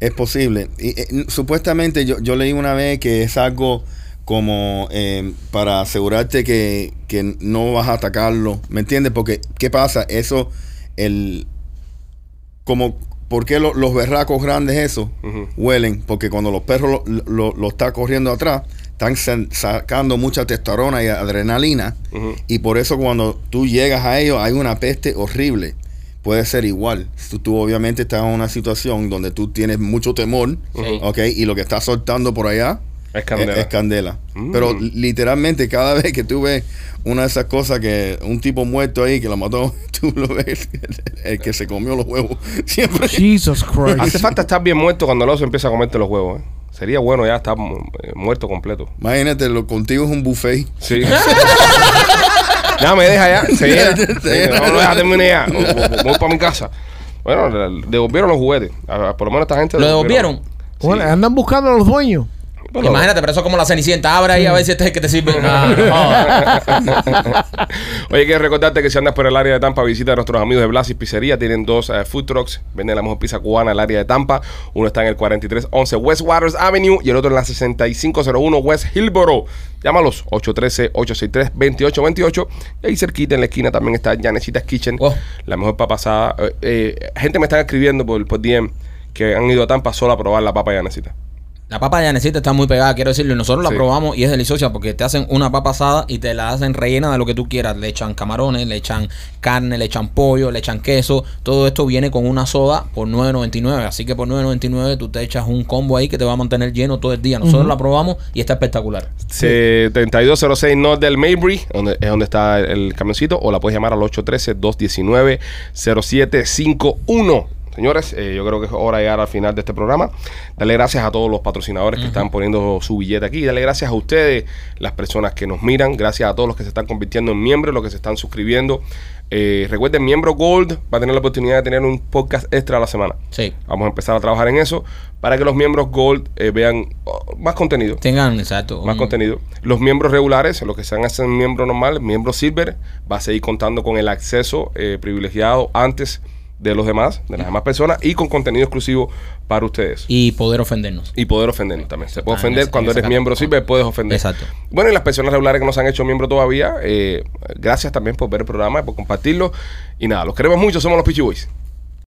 Es posible. Y, eh, n- supuestamente yo, yo leí una vez que es algo como eh, para asegurarte que, que no vas a atacarlo. ¿Me entiendes? Porque, ¿qué pasa? Eso, el... Como, ¿por qué lo- los berracos grandes esos Ujú. huelen? Porque cuando los perros lo, lo- lo están corriendo atrás, están sen- sacando mucha testosterona y adrenalina. Ujú. Y por eso cuando tú llegas a ellos hay una peste horrible. Puede ser igual. Tú, tú obviamente estás en una situación donde tú tienes mucho temor, Sí. ¿ok? Y lo que estás soltando por allá Es es- candela. es candela. Mm. Pero li- literalmente cada (laughs) vez que tú ves una de esas cosas que un tipo muerto ahí que lo mató, (laughs) tú lo ves, el que se comió los huevos, (laughs) siempre. Jesus Hace (laughs) Christ. falta estar bien muerto cuando el oso empieza a comerte los huevos. ¿eh? Sería bueno ya estar mu- eh, muerto completo. Imagínate, lo contigo es un buffet. Sí. (laughs) ya me deja ya. Se llena. Se llena. No lo deja terminar ya. Voy para mi casa. Bueno, le- devolvieron los juguetes. A- a- por lo menos esta gente. ¿Lo devolvieron? Bueno, andan buscando a los dueños. Bueno, Imagínate, pero eso es como la cenicienta. Abre ahí a ver si este es el que te sirve. Ah, Oye, quiero recordarte que si andas por el área de Tampa, visita a nuestros amigos de Blasis Pizzería. Tienen dos eh, food trucks. Venden la mejor pizza cubana al área de Tampa. Uno está en el 4311 West Waters Avenue y el otro en la 6501 West Hillboro. Llámalos 813-863-2828. Y ahí cerquita en la esquina también está Janecitas Kitchen. Oh. La mejor papa asada. Eh, eh, gente me está escribiendo por, por DM que han ido a Tampa solo a probar la papa Yanecita. La papa de Yanecita está muy pegada, quiero decirlo. y Nosotros Sí. la probamos y es deliciosa porque te hacen una papa asada y te la hacen rellena de lo que tú quieras. Le echan camarones, le echan carne, le echan pollo, le echan queso. Todo esto viene con una soda por 9.99. Así que por 9.99 tú te echas un combo ahí que te va a mantener lleno todo el día. Nosotros la probamos y está espectacular. Eh, 7206 North del Maybury, donde, es donde está el camioncito, o la puedes llamar al 813-219-0751. Señores, eh, yo creo que es hora de llegar al final de este programa. Dale gracias a todos los patrocinadores que están poniendo su billete aquí. Dale gracias a ustedes, las personas que nos miran. Gracias a todos los que se están convirtiendo en miembros, los que se están suscribiendo. Eh, recuerden, miembro Gold va a tener la oportunidad de tener un podcast extra a la semana. Sí. Vamos a empezar a trabajar en eso para que los miembros Gold eh, vean oh, más contenido. Tengan, exacto. Más un- contenido. Los miembros regulares, los que se han hecho miembro normal, miembro silver, va a seguir contando con el acceso eh, privilegiado antes de los demás, de las demás personas, y con contenido exclusivo para ustedes. Y, Y poder ofendernos. poder ofendernos también. Se puede Ah, en ofender esa- cuando en esa eres miembro categoría. silver, puedes ofender. Exacto. Bueno, y las personas regulares que no se han hecho miembro todavía, eh, gracias también por ver el programa, por compartirlo. Y nada, los queremos mucho, somos los Peachy Boys.